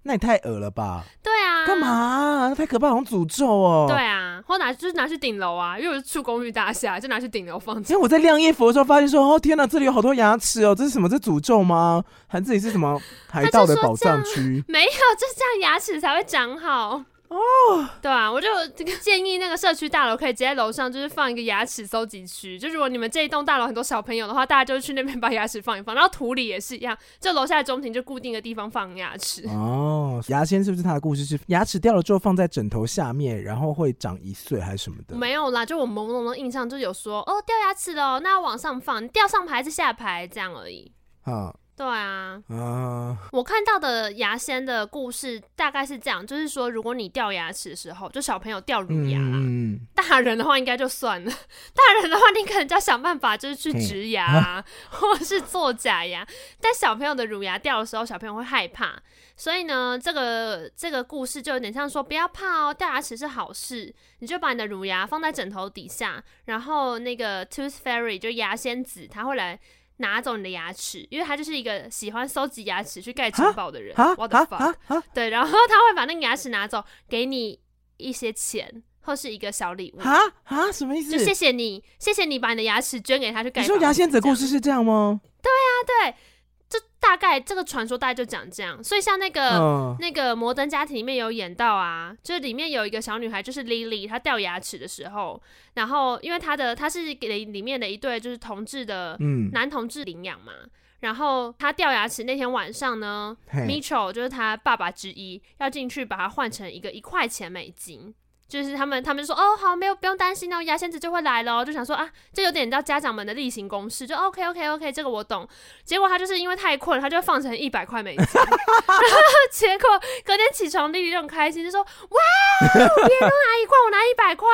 那也太恶了吧？
对啊，
干嘛、？那太可怕，好像诅咒哦。
对啊，或拿就是拿去顶楼啊，因为我是住公寓大厦，就拿去顶楼放 着。
因为我在晾衣服的时候发现说，哦天哪，这里有好多牙齿哦，这是什么？这诅咒吗？还自己是什么海盗的宝藏区？
没有，就这样牙齿才会长好哦。对啊，我就这个建议那个社区大楼可以直接在楼上就是放一个牙齿搜集区，就如果你们这一栋大楼很多小朋友的话，大家就去那边把牙齿放一放，然后土里也是一样，就楼下的中庭就固定一个地方放牙齿。
哦，牙仙是不是他的故事是牙齿掉了之后放在枕头下面，然后会长一岁还是什么的？
没有啦，就我朦胧的印象就有说，哦，掉牙齿了哦，那往上放，你掉上排还是下排这样而已。
啊
对啊，
啊
我看到的牙仙的故事大概是这样，就是说，如果你掉牙齿的时候，就小朋友掉乳牙啦，
嗯，
大人的话应该就算了， 大人的话你可能就要想办法，就是去植牙、啊、或者是做假牙。但小朋友的乳牙掉的时候，小朋友会害怕，所以呢，这个这个故事就有点像说，不要怕哦，掉牙齿是好事，你就把你的乳牙放在枕头底下，然后那个 Tooth Fairy 就牙仙子，他会来。拿走你的牙齿，因为他就是一个喜欢收集牙齿去盖城堡的人。
啊
What the
啊
fuck？
啊啊！
对，然后他会把那个牙齿拿走，给你一些钱或是一个小礼物，
啊啊！什么意思？
就谢谢你，谢谢你把你的牙齿捐给他去盖
你
房子。
说牙仙子的故
这
事
样
是这样吗？
就大概这个传说大概就讲这样，所以像那个。
嗯，
那个《摩登家庭》里面有演到啊，就是里面有一个小女孩，就是 Lily，她掉牙齿的时候，然后因为她的她是给里面的一对就是同志的
嗯，
男同志领养嘛，然后她掉牙齿那天晚上呢，
嘿
Mitchell 就是他爸爸之一，要进去把它换成一个一块钱美金。就是他们，他们就说哦好，没有不用担心哦，牙仙子就会来咯，就想说啊，这有点到家长们的例行公事，就 OK OK OK，这个我懂。结果他就是因为太困了，他就放成一百块美金， 然后结果隔天起床，丽丽就很开心，就说哇，哦别人都拿一块，我拿一百块。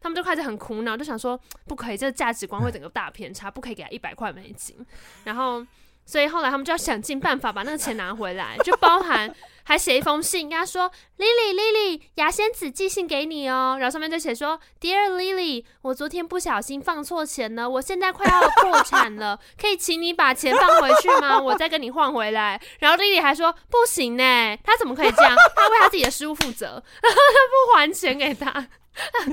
他们就开始很苦恼，就想说不可以，这个价值观会整个大偏差，不可以给他一百块美金。然后，所以后来他们就要想尽办法把那个钱拿回来， 就包含还写一封信跟他说：“Lily Lily，牙仙子寄信给你哦。”然后上面就写说：“Dear Lily，我昨天不小心放错钱了，我现在快要破产了， 可以请你把钱放回去吗？ 我再跟你换回来。”然后 Lily 还说：“不行呢，他怎么可以这样？ 他为他自己的失误负责， 然后他不还钱给他。”。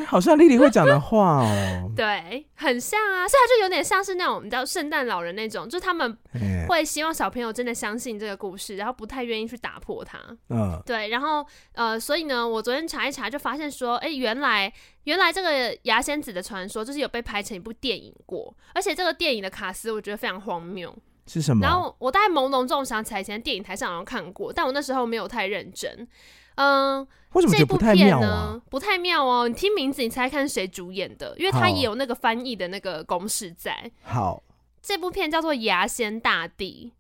好像丽丽会讲的话哦
对，很像啊，所以它就有点像是那种你知道圣诞老人那种，就是他们
哎
会希望小朋友真的相信这个故事，然后不太愿意去打破它。
嗯，
对，然后呃，所以呢，我昨天查一查就发现说，诶，原来原来这个牙仙子的传说就是有被拍成一部电影过，而且这个电影的卡斯我觉得非常荒谬。
是什么？
然后我大概朦胧中想起来，以前电影台上好像看过，但我那时候没有太认真。嗯，
为什么觉
这
得
部
不太
片
妙啊
呢？不太妙哦，你听名字你猜看谁主演的，因为它
好
也有那个翻译的那个公式在。
好，
这部片叫做《牙仙大帝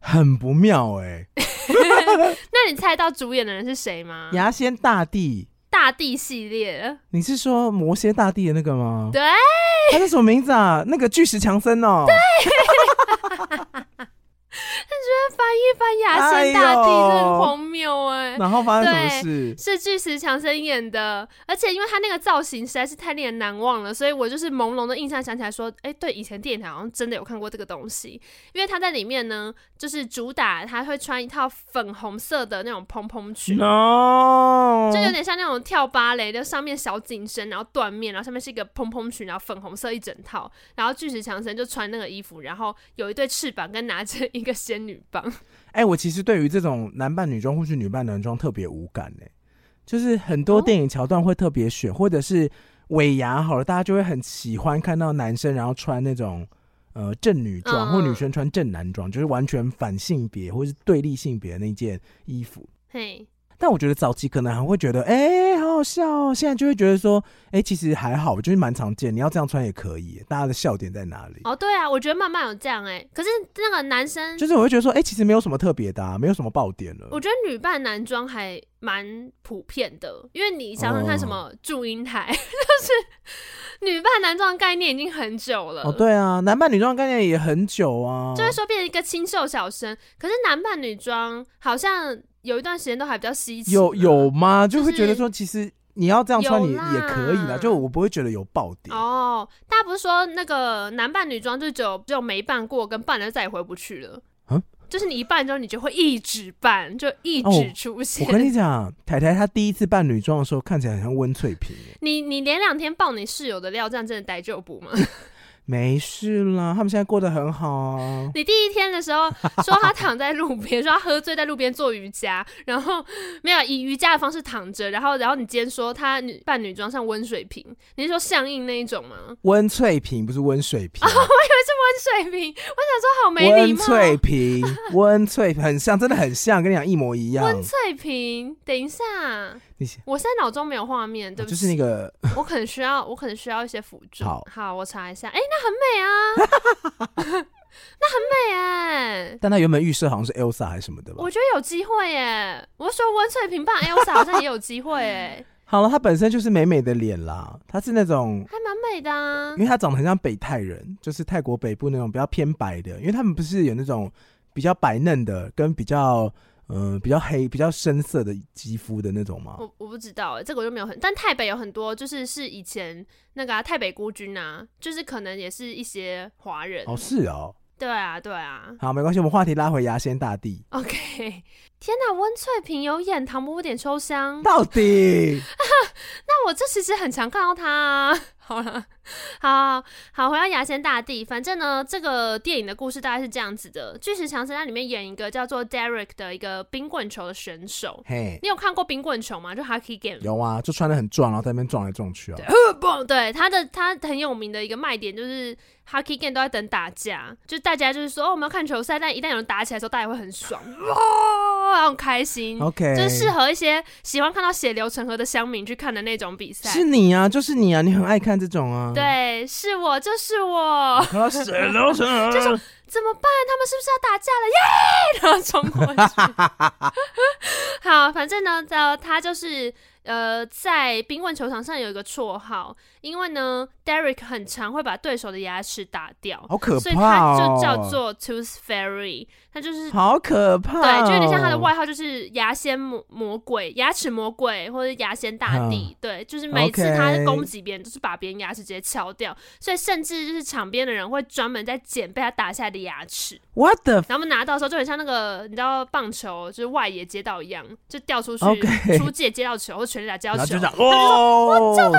很不妙哎、》，
那你猜到主演的人是谁吗？
牙仙大帝，
大帝系列，
你是说魔蝎大帝的那个吗？
对，
他叫什么名字啊？那个巨石强森哦。对，
翻译翻牙仙大
哎
帝，
呦
真的很荒谬哎、
然后发生什么事？
是巨石强森演的，而且因为他那个造型实在是太令人难忘了，所以我就是朦胧的印象想起来说，哎、对，以前电影台好像真的有看过这个东西，因为他在里面呢，就是主打他会穿一套粉红色的那种蓬蓬裙。
No，
就有点像那种跳芭蕾，就上面小紧身，然后缎面，然后上面是一个蓬蓬裙，然后粉红色一整套，然后巨石强森就穿那个衣服，然后有一对翅膀跟拿着一个仙女棒，
哎、我其实对于这种男扮女装或是女扮男装特别无感哎、就是很多
哦
电影桥段会特别选，或者是尾牙好了，大家就会很喜欢看到男生然后穿那种呃正女装，
嗯
或女生穿正男装，就是完全反性别或是对立性别的那件衣服。
嘿，
但我觉得早期可能还会觉得，哎、好好笑哦。现在就会觉得说，哎、其实还好，就是蛮常见。你要这样穿也可以。大家的笑点在哪里？
哦，对啊，我觉得慢慢有这样哎、可是那个男生
就是我会觉得说，哎、其实没有什么特别的、啊，没有什么爆点了。
我觉得女扮男装还蛮普遍的，因为你想想看，什
哦
么祝英台， 就是女扮男装的概念已经很久了。
哦，对啊，男扮女装的概念也很久啊。
就是说变成一个清瘦小生，可是男扮女装好像。有一段时间都还比较稀奇。
有有吗？就会
就是
觉得说，其实你要这样穿
有
也也可以啦，
啦
就我不会觉得有爆点。
哦，大家不是说那个男扮女装就只有只有没扮过跟办了再也回不去了。
啊
就是你一办之后，你就会一直办，就一
哦
直出现。
我跟 你讲，台台她第一次扮女装的时候，看起来很像温翠萍耶。
你你连两天爆你室友的料，这样真的逮就补吗？
没事啦，他们现在过得很好啊。
你第一天的时候说他躺在路边，说他喝醉在路边做瑜伽，然后没有以瑜伽的方式躺着，然后然后你今天说他女扮女装像温水瓶，你是说相应那一种吗？
温翠萍不是温水瓶，
温水瓶，我想说好哦没礼
温
貌。
翠 萍，温翠萍很像，真的很像，跟你讲一模一样
温。翠瓶，等一下，
你先
我现在脑中没有画面，对不
哦就
起，
是那个，
我可能需要，我可能需要一些辅助。
好
我查一下。哎、那很美啊， 那很美哎、
但她原本预设好像是 Elsa 还是什么的吧
我。觉得有机会耶！我说温翠萍扮 Elsa 好像也有机会哎，
好了，她本身就是美美的脸啦，她是那种
还蛮美的啊
因。为他长得很像北泰人，就是泰国北部那种比较偏白的，因为他们不是有那种比较白嫩的，跟比较嗯、呃比较黑、比较深色的肌肤的那种吗？
我我不知道哎，这个我就没有很，但台北有很多就是是以前那个、啊、台北孤军啊，就是可能也是一些华人。
哦，是哦，
对啊，对啊。
好，没关系，我们话题拉回牙仙大帝，
OK，天哪，温翠萍有演《唐伯虎点秋香》，
到底
那我这其实很常看到他啊。好了，好好回到牙仙大帝，反正呢，这个电影的故事大概是这样子的：巨石强森在里面演一个叫做 Derek 的一个冰棍球的选手。
嘿，
你有看过冰棍球吗？就 Hockey Game。
有啊，就穿的很壮，然后在那边撞来撞去啊
对，，呃嘣 对，他的他很有名的一个卖点就是 Hockey Game 都在等打架，就大家就是说哦我们要看球赛，但一旦有人打起来的时候，大家也会很爽，哇，然后很开心。
OK，
就是适合一些喜欢看到血流成河的乡民去看的那种比赛。
是你啊，就是你啊，你很爱看这种啊，，
对，是我，就是我，
看 到水流成河，
就怎么办？他们是不是要打架了？耶！ 然后冲过去。 好，反正呢，呃，他就是呃，在冰棍球场上有一个绰号，因为呢，Derek 很常会把对手的牙齿打掉，
好可
所以他
怕哦，
就叫做 Tooth Fairy，他就是
好可怕、哦
对，就有点像
嗯
他的。外号，就是牙仙魔魔鬼、牙齿魔鬼或者牙仙大帝。对，就是每次
嗯 OK
他攻击别人，就是把别人牙齿直接敲掉，所以甚至就是场边的人会专门在捡被他打下来的牙齿，
What the
然后我们拿到的时候就很像那个你知道棒球就是外野接到一样，就掉出去
OK
出界接到球或全垒打接到
然后
球
就，讲哦，我找到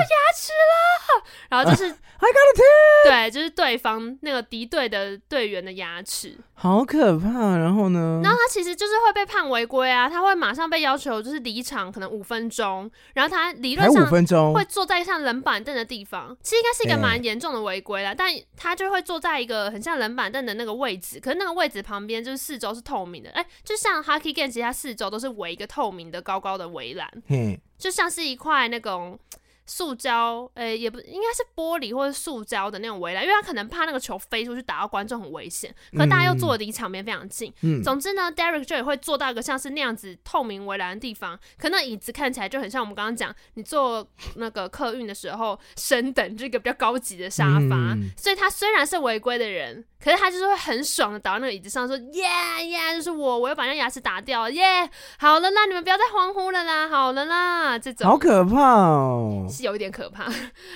然后就是
I got it，
对，就是对方那个敌对的队员的牙齿。
好可怕。然后呢？
然后他其实就是会被判违规啊，他会马上被要求就是离场，可能五分钟。然后他理
才
论
五
上
分钟
会，坐在像冷板凳的地方，其实应该是一个蛮严重的违规啦。但他就会坐在一个很像冷板凳的那个位置，可是那个位置旁边就是四周是透明的，哎、就像 Hockey Game 其实它四周都是围一个透明的高高的围栏，
嘿，
就像是一块那种。塑胶，呃、也不应该是玻璃或者塑胶的那种围栏，因为他可能怕那个球飞出去打到观众很危险，可是大家又坐得离场边非常近，
嗯，
总之呢，Derek 就也会坐到一个像是那样子透明围栏的地方，可那椅子看起来就很像我们刚刚讲，你坐那个客运的时候升等这个比较高级的沙发。
嗯
所以他虽然是违规的人，可是他就是会很爽的倒在那个椅子上说耶耶，就是我，我要把那牙齿打掉，耶、好了啦，你们不要再欢呼了啦，好了啦，这种
好可怕哦。
是有一点可怕。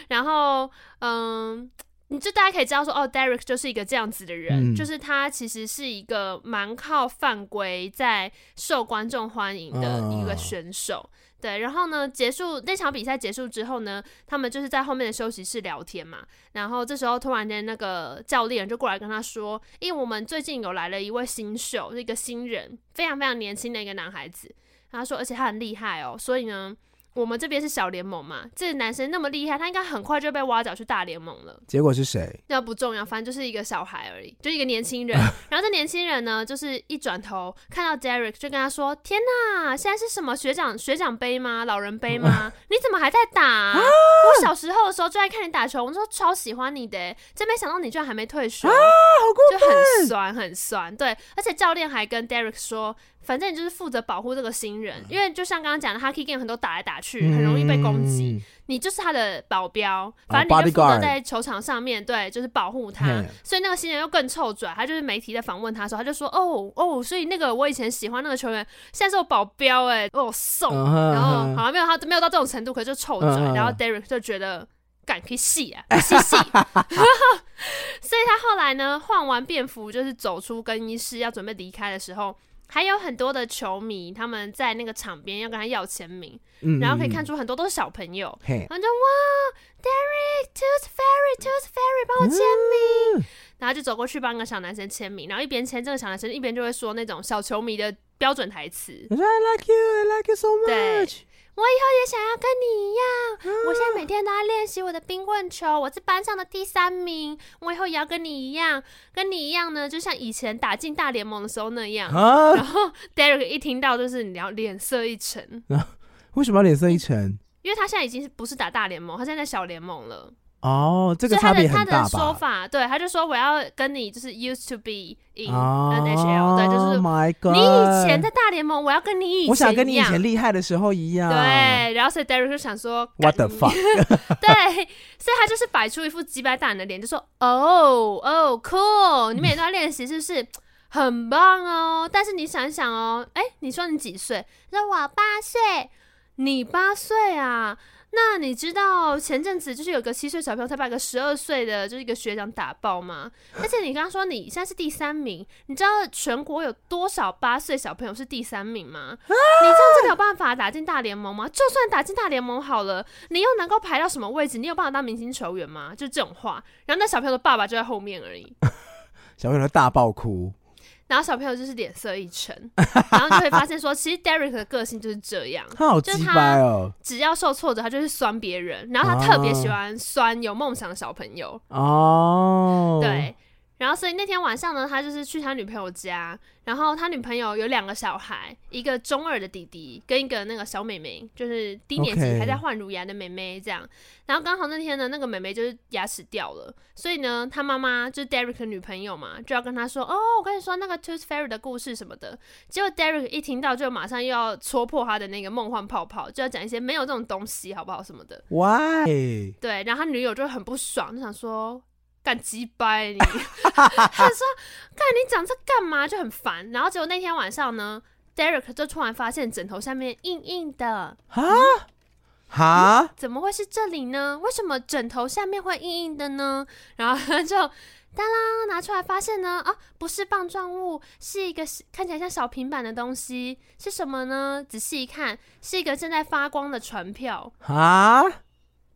然后，嗯，你就大家可以知道说，哦，Derek 就是一个这样子的人，
嗯
就是他其实是一个蛮靠犯规在受观众欢迎的一个
嗯
选手。对，然后呢，结束那场比赛结束之后呢，他们就是在后面的休息室聊天嘛。然后这时候突然间，那个教练就过来跟他说：“因为我们最近有来了一位新秀，是一个新人，非常非常年轻的一个男孩子。”他说：“而且他很厉害哦，所以呢，我们这边是小联盟嘛，这个男生那么厉害，他应该很快就被挖角去大联盟了。
结果是谁？
那不重要，反正就是一个小孩而已，就是一个年轻 人。然后这年轻人呢，就是一转头看到 Derek，就跟他说：‘天哪，现在是什么学长学长杯吗？老人杯吗？ 你怎么还在打啊、我小时候的时候就爱看你打球，我那时候超喜欢你的欸，真没想到你居然还没退休。’
啊，好过
就很酸很酸，对，而且教练还跟 Derek 说，反正你就是负责保护这个新
嗯
人，因为就像刚刚讲的，Hockey Game 很多打来打去，很容易被攻击。
嗯。
你就是他的保镖，反正你就负责
哦 bodyguard
在球场上面对，就是保护他
嘿。
所以那个新人又更臭拽，他就是媒体在访问他的时候，他就说：“哦哦，所以那个我以前喜欢那个球员，现在是我保镖哎、我有送。
嗯哼
然后
嗯哼
好像没有他没有到这种程度，可是就臭拽。
嗯嗯嗯
然后 Derek 就觉得。敢可以戏啊， 戏 戏。所以他后来呢，换完便服就是走出更衣室要准备离开的时候，还有很多的球迷他们在那个场边要跟他要签名，
嗯
然后可以看
出，
出很多都是小朋友。
嘿，
然后就哇，Derek Tooth Fairy Tooth Fairy 帮我签名，
嗯
然后就走过去帮个小男生签名，然后一边签这个小男生，一边就会说那种小球迷的标准台词。
我说 I like you, I like you so
对
much。
我以后也想要跟你一样，我现在每天都要练习我的冰棍球，我是班上的第三名，我以后也要跟你一样，跟你一样呢，就像以前打进大联盟的时候那样。
啊，
然后 Derek 一听到就是你要脸色一沉，
为什么要脸色一沉？
因为他现在已经是不是打大联盟，他现在在小联盟了。
哦，这个
所以他
差别
的他
很大
的说
吧？
法，对，他就说我要跟你就是 used to be in
啊
NHL，、对，就是
，My God，
你以前在大联盟，我要跟你以前一样，
哦我想跟你以前厉害的时候一样。
对，然后所以 Derek 就想说
，What the
干
fuck？
对，所以他就是摆出一副鸡白蛋的脸，就说哦哦 cool，你每天都要练习是不是？很棒哦，但是你想一想哦，哎、你说你几岁？他说我八岁，你八岁啊？那你知道前阵子就是有个七岁小朋友，他把一个十二岁的就是一个学长打爆吗？而且你刚刚说你现在是第三名，你知道全国有多少八岁小朋友是第三名吗？你这样真的有办法打进大联盟吗？就算打进大联盟好了，你又能够排到什么位置？你有办法当明星球员吗？就这种话，然后那小朋友的爸爸就在后面而已，
小朋友大爆哭。
然后小朋友就是脸色一沉，然后就会发现说，其实 Derek 的个性就是这样，
他好
就是
鸡
他
掰哦！
只要受挫折，他就是酸别人，然后他特别喜欢酸有梦想的小朋友，
哦，，
对。然后，所以那天晚上呢，他就是去他女朋友家，然后他女朋友有两个小孩，一个中二的弟弟跟一个那个小妹妹，就是低年级
OK
还在换乳牙的妹妹这样。然后刚好那天呢，那个妹妹就是牙齿掉了，所以呢，他妈妈就是 Derek 的女朋友嘛，就要跟他说：“哦，我跟你说那个 Tooth Fairy 的故事什么的。”结果 Derek 一听到，就马上又要戳破他的那个梦幻泡泡，就要讲一些没有这种东西好不好什么的。
Why？
对，然后他女友就很不爽，就想说干鸡掰你，他就说干你讲这干嘛，就很烦。然后结果那天晚上呢，Derek 就突然发现枕头下面硬硬的，
哈哈，
怎么会是这里呢？为什么枕头下面会硬硬的呢？然后他就。哒啦，拿出来发现呢，啊，不是棒状物，是一个看起来像小平板的东西，是什么呢？仔细一看，是一个正在发光的船票，
哈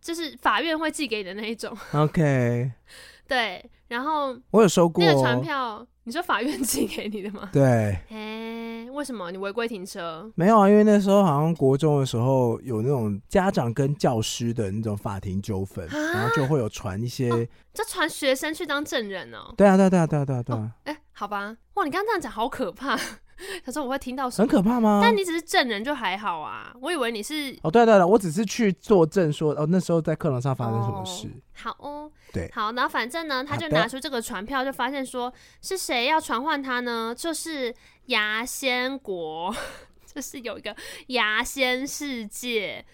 就是法院会寄给你的那一种。
，OK，
对，然后
我有收过
那个船票，你说法院寄给你的 吗？
对，
哎、为什么你违规停车？
没有啊，因为那时候好像国中的时候有那种家长跟教师的那种法庭纠纷，
啊
然后就会有传一些，
这传学生去当证人哦、
对啊，对啊，对啊，对啊，对啊，对啊，
哎、好吧，哇，你刚刚这样讲好可怕。 他说我会听到什
很
么？
可怕吗？
但你只是证人就还好啊，我以为你是
哦，对啊对啊对啊，我只是去作证说，哦，那时候在课堂上发生什么事，
哦好哦，
对
好，然后反正呢，他就
好的
拿出这个传票，就发现说是谁要传唤他呢？就是牙仙国， 就是有一个牙仙世界，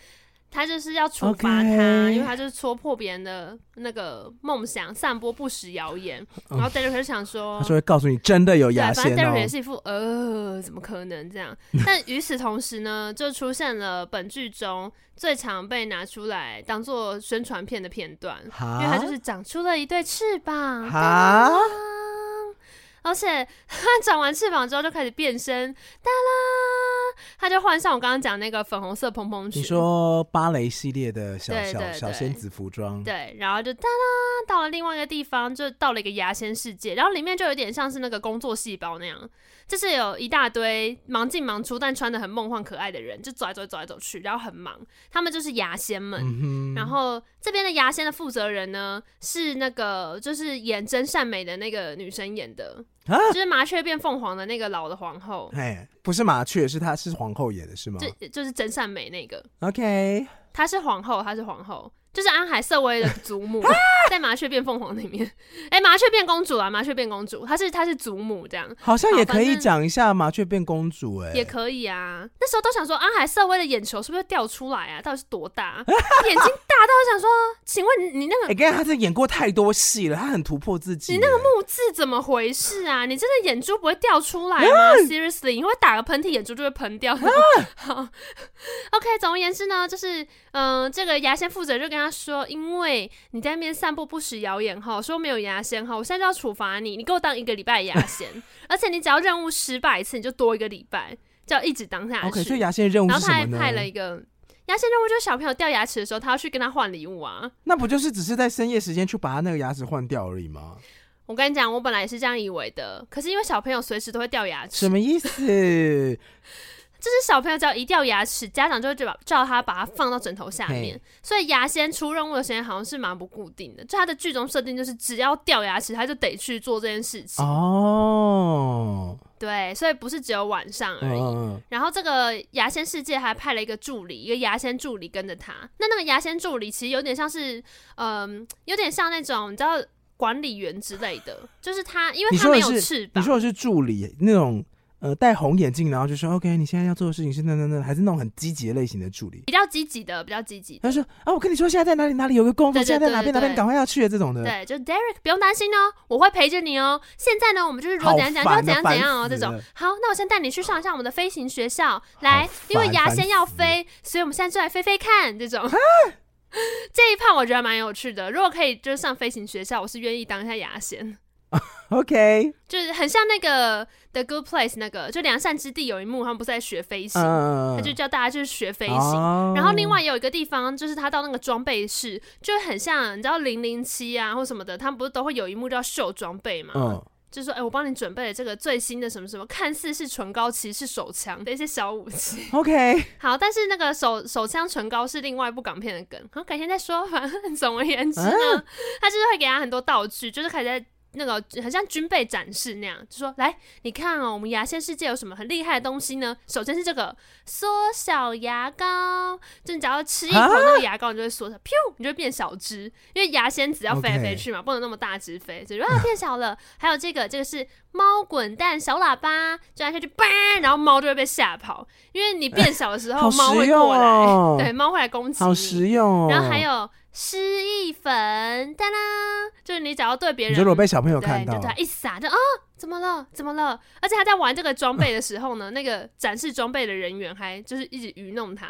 他就是要处罚他
OK
因为他就是戳破别人的那个梦想，散播不实谣言。然后 Derek 就想说
哦他。说会告诉你真的有
哦对，啊
牙
反
仙
正 Derek 也
哦，
是一副呃，怎么可能这样？但与此同时呢，就出现了本剧中最常被拿出来当做宣传片的片段。
哈，
因为它就是长出了一对翅膀，
啊哈
当而且 它长完翅膀之后就开始变身，哒啦，它就换上我刚刚讲那个粉红色蓬蓬裙，
你说芭蕾系列的小
对
小
对
小
对
仙子服装，
对，然后就哒啦到了另外一个地方，就到了一个牙仙世界，然后里面就有点像是那个工作细胞那样，就是有一大堆忙进忙出但穿的很梦幻可爱的人，就走来走来走来走去，然后很忙，他们就是牙仙们，
嗯哼，
然后这边的牙仙的负责人呢，是那个就是演真善美的那个女生演的，
啊嗯
就是麻雀变凤凰的那个老的皇后，
哎，不是麻雀，是她是皇后演的是吗
就就是真善美那个。
？OK，
她是皇后，她是皇后，就是安海瑟薇的祖母，
啊
在《麻雀变凤凰》里面，哎、麻雀变公主啊，麻雀变公主，她是她是祖母这样。
好像
好
也
反
可以
正
讲一下麻雀变公主、欸，哎，
也可以啊，那时候都想说安海瑟薇的眼球是不是掉出来啊？到底是多大？眼睛大到想说，请问你你那个
哎、刚才他真的演过太多戏了，他很突破自己。哎
你
那个
木字怎么回事啊？你真的眼珠不会掉出来吗？Seriously，因为
嗯
打个喷嚏，眼珠就会喷掉。
啊
好，OK。总而言之呢，就是嗯、呃这个牙仙负责就跟他说，因为你在那边散布不实谣言哈，说没有牙仙哈，我现在就要处罚你，你给我当一个礼拜的牙仙，而且你只要任务失败一次，你就多一个礼拜，就要一直当下去。
OK，所以牙仙的任务
然
是
后
什
他
么呢？
还派了一个牙仙任务，就是小朋友掉牙齿的时候，他要去跟他换礼物啊。
那不就是只是在深夜时间去把他那个牙齿换掉而已吗？
我跟你讲，我本来也是这样以为的，可是因为小朋友随时都会掉牙齿
什，么意 思？
就是小朋友只要一掉牙齿，家长就会就把叫他把它放到枕头下面
嘿，
所以牙仙出任务的时间好像是蛮不固定的。就他的剧中设定就是，只要掉牙齿，他就得去做这件事情。
哦，
对，所以不是只有晚上而已。
嗯，
然后这个牙仙世界还派了一个助理，一个牙仙助理跟着他。那那个牙仙助理其实有点像是，嗯、有点像那种你知道管理员之类的，就是他，因为
你
他
说的
没有
是
翅膀
你。说的是助理那种呃戴红眼镜，然后就说 OK，你现在要做的事情是那那那，还是那种很积极的类型的助理？
比较积极的，比较积极的。
他说啊，我跟你说现在在哪里哪里有个工作，
对对
现在在哪边
对
哪
对
边，赶快要去的这种的。
对，就 Derek 不用担心哦，我会陪着你哦。现在呢，我们就是如果
好
怎样怎样就要
烦
怎
啊
样怎样哦，
烦
这
死
种
了。
好，那我先带你去上一下我们的飞行学校，来
好，
因为
烦
牙
烦
仙要
死
飞，所以我们现在就来飞飞看这种。 这一趴我觉得蛮有趣的，如果可以就是上飞行学校，我是愿意当一下牙仙，
OK，
就是很像那个 The Good Place 那个，就良善之地有一幕他们不是在学飞行，
嗯，
他就叫大家去学飞行。
哦
然后另外也有一个地方，就是他到那个装备室，就很像你知道零零七啊或什么的，他们不是都会有一幕叫秀装备嘛？
嗯，
就说哎、我帮你准备了这个最新的什么什么，看似是唇膏，其实是手枪的一些小武器。
OK，
好，但是那个手手枪唇膏是另外一部港片的梗，好，改天再说。反正 总而言之呢，
啊
他就是会给他很多道具，就是开始在。那个很像军备展示那样，就说来，你看哦，我们牙仙世界有什么很厉害的东西呢？首先是这个缩小牙膏，就你只要吃一口
啊
那个牙膏，你就会缩小，噗，你就会变小只，因为牙仙子要飞来
OK
飞去嘛不能那么大只飞，所以就啊变小了。还有这个，这个是猫滚蛋小喇叭，就按下去，叭，然后猫就会被吓跑，因为你变小的时候，
哎好
猫
实
会过
用
来，
哦，
对，猫会来攻击
好
你。
实用哦。
然后还有失忆粉，哒啦，就是你只要对
你
别人，
说如果被小朋友
对，
看
你
到
就，对他一撒，就啊、怎么了？怎么了？而且他在玩这个装备的时候呢，那个展示装备的人员还就是一直愚弄他，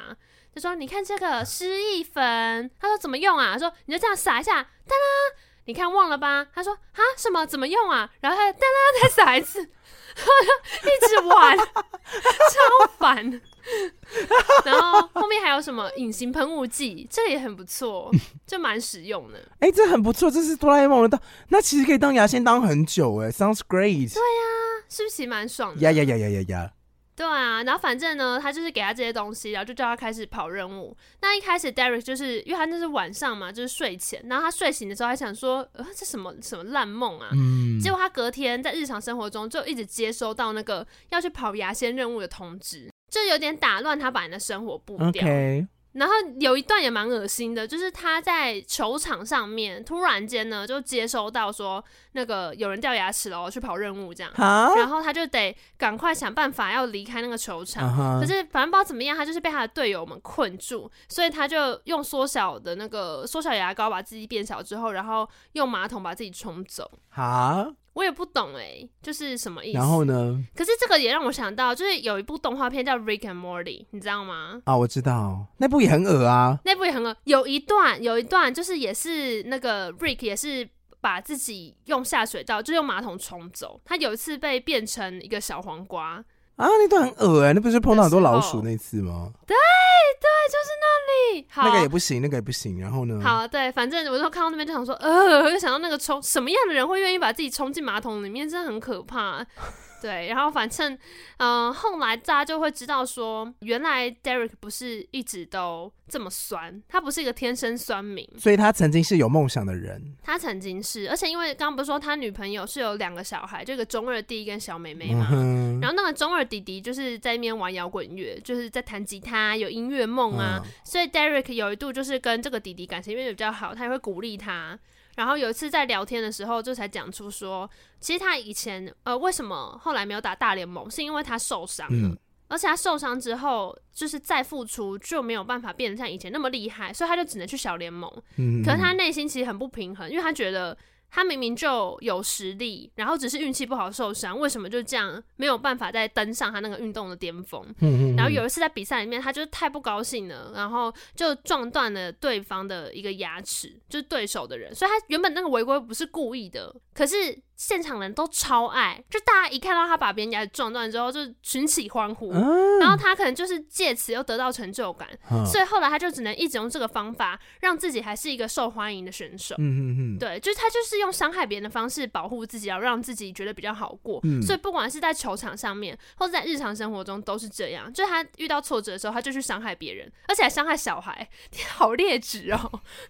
就说你看这个
啊
失忆粉，他说怎么用啊？说你就这样撒一下，哒啦。你看忘了吧？他说啊什么怎么用啊？然后他哒啦再撒一次，一直玩， 超烦。然后后面还有什么隐形喷雾剂，这个也很不错，就蛮实用的。啊
哎、这很不错，这是哆啦 A 梦的当，那其实可以当牙仙当很久哎，sounds great。
啊是不是其实蛮爽的？
呀呀呀呀呀呀！
对啊，然后反正呢，他就是给他这些东西，然后就叫他开始跑任务。那一开始 Derek 就是因为他那是晚上嘛，就是睡前，然后他睡醒的时候还想说，呃，这什么什么烂梦啊。
嗯，
结果他隔天在日常生活中就一直接收到那个要去跑牙仙任务的通知，就有点打乱他本来的生活步调。
OK，
然后有一段也蛮恶心的，就是他在球场上面突然间呢就接收到说那个有人掉牙齿了，去跑任务这样，
好，
然后他就得赶快想办法要离开那个球场。
啊哈
可是反正不知道怎么样，他就是被他的队友们困住，所以他就用缩小的那个缩小牙膏把自己变小之后，然后用马桶把自己冲走。
好，
我也不懂哎、就是什么意思。
然后呢？
可是这个也让我想到，就是有一部动画片叫《Rick and Morty》，你知道吗？
啊，我知道，那部也很恶啊。
那部也很恶，有一段有一段就是也是那个 Rick 也是把自己用下水道，就用马桶冲走。他有一次被变成一个小黄瓜，
啊，那段很恶哎、那不是碰到很多老
那时
鼠
候
那次吗？
嘿好，
那个也不行，那个也不行。然后呢？
好，对，反正我就看到那边就想说，呃，就想到那个冲什么样的人会愿意把自己冲进马桶里面，真的很可怕。对，然后反正，嗯、后来大家就会知道说，原来 Derek 不是一直都这么酸，他不是一个天生酸民，
所以他曾经是有梦想的人，
他曾经是，而且因为刚刚不是说他女朋友是有两个小孩，这个中二弟跟小妹妹
嗯
嘛，
哼，
然后那个中二弟弟就是在那边玩摇滚乐，就是在弹吉他，有音乐梦啊。
嗯
所以 Derek 有一度就是跟这个弟弟感情变得比较好，他也会鼓励他。然后有一次在聊天的时候，就才讲出说，其实他以前呃为什么后来没有打大联盟，是因为他受伤了。
嗯
而且他受伤之后，就是再复出就没有办法变得像以前那么厉害，所以他就只能去小联盟。
嗯，
可是他内心其实很不平衡，因为他觉得他明明就有实力，然后只是运气不好受伤，为什么就这样没有办法再登上他那个运动的巅峰？
嗯，嗯嗯
然后有一次在比赛里面，他就是太不高兴了，然后就撞断了对方的一个牙齿，就是对手的人，所以他原本那个违规不是故意的，可是现场人都超爱，就大家一看到他把别人牙齿撞断之后，就群起欢呼，
嗯
然后他可能就是借此又得到成就感，
嗯
所以后来他就只能一直用这个方法，让自己还是一个受欢迎的选手。
嗯嗯嗯，
对，就是他就是用伤害别人的方式保护自己，要让自己觉得比较好过。
嗯
所以不管是在球场上面，或者在日常生活中都是这样。就是他遇到挫折的时候，他就去伤害别人，而且还伤害小孩，天好劣质哦。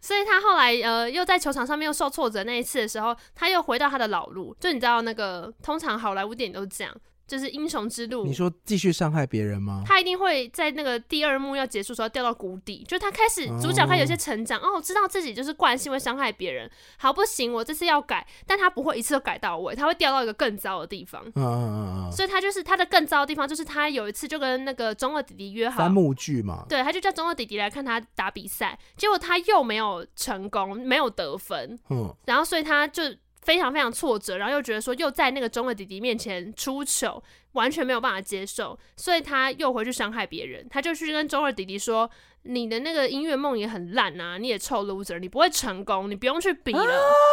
所以他后来呃又在球场上面又受挫折那一次的时候，他又回到他的老路。就你知道那个通常好莱坞电影都是这样，就是英雄之路
你。说继续伤害别人吗？
他一定会在那个第二幕要结束的时候掉到谷底，就是他开始
哦
主角开始有些成长，哦，知道自己就是惯性会伤害别人，好不行，我这次要改，但他不会一次都改到位，他会掉到一个更糟的地方。
嗯嗯嗯嗯，
所以他就是他的更糟的地方，就是他有一次就跟那个中二弟弟约好
三，幕剧嘛，
对，他就叫中二弟弟来看他打比赛，结果他又没有成功，没有得分，
嗯
然后所以他就非常非常挫折，然后又觉得说又在那个中二弟弟面前出糗，完全没有办法接受，所以他又回去伤害别人，他就去跟中二弟弟说：“你的那个音乐梦也很烂啊，你也臭 loser，你不会成功，你不用去比了。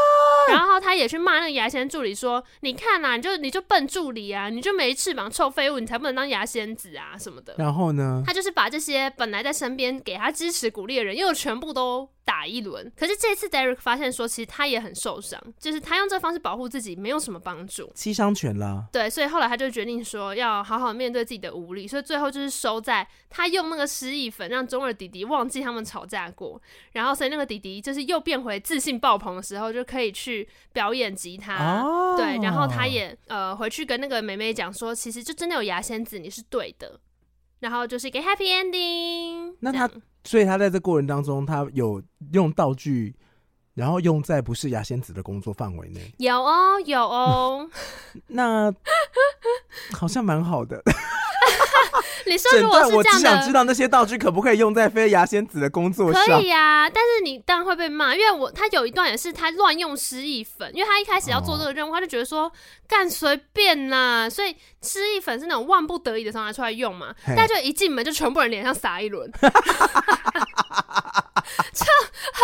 然后他也去骂那个牙仙助理说：“你看啊啦、你就你就笨助理啊，你就没翅膀，臭废物，你才不能当牙仙子啊什么的。”
然后呢？
他就是把这些本来在身边给他支持鼓励的人，又全部都打一轮。可是这次 Derek 发现说，其实他也很受伤，就是他用这方式保护自己没有什么帮助。
七伤拳啦，
对，所以后来他就决定说要好好面对自己的无力，所以最后就是收在他用那个失忆粉让中二弟弟忘记他们吵架过，然后所以那个弟弟就是又变回自信爆棚的时候，就可以去表演吉他。
哦，
啊对，然后他也呃回去跟那个妹妹讲说，其实就真的有牙仙子，你是对的。然后就是一个 happy ending
那
这样。
他所以他在这过程当中，他有用道具，然后用在不是牙仙子的工作范围内，
有哦有哦，
那好像蛮好 的。
你说
整
如果
段
是
我只
这
想知
样的，
道那些道具可不可以用在非牙仙子的工作
可
上
以。呀、但是你当然会被骂，因为我他有一段也是他乱用失忆粉，因为他一开始要做这个任务，他就觉得说干随便啦，所以失忆粉是那种万不得已的时候拿出来用嘛，
嘿
但就一进门就全部人脸上撒一轮，就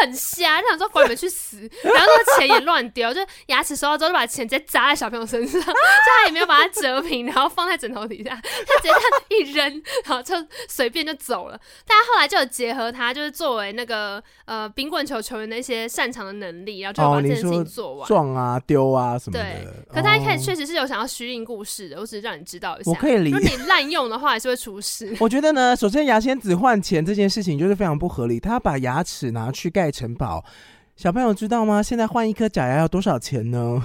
很瞎，就想说管你们去死。然后那个钱也乱丢，就牙齿收到之后就把钱直接砸在小朋友身上，就他也没有把它折平，然后放在枕头底下，他直接这样一扔，然后就随便就走了。但他后来就有结合他就是作为那个呃冰棍球球员的一些擅长的能力，然后就
哦
把这件
你
事
说
情做完。
撞啊、丢啊什么
对
的。
可他一开始
哦
确实是有想要虚应故事的，我只是让你知道一下。
我可以理
如果你滥用的话，还是会出 事。
我觉得呢，首先牙仙子换钱这件事情就是非常不合理，他把牙齿拿去盖城堡。小朋友知道吗？现在换一颗假牙要多少钱 呢？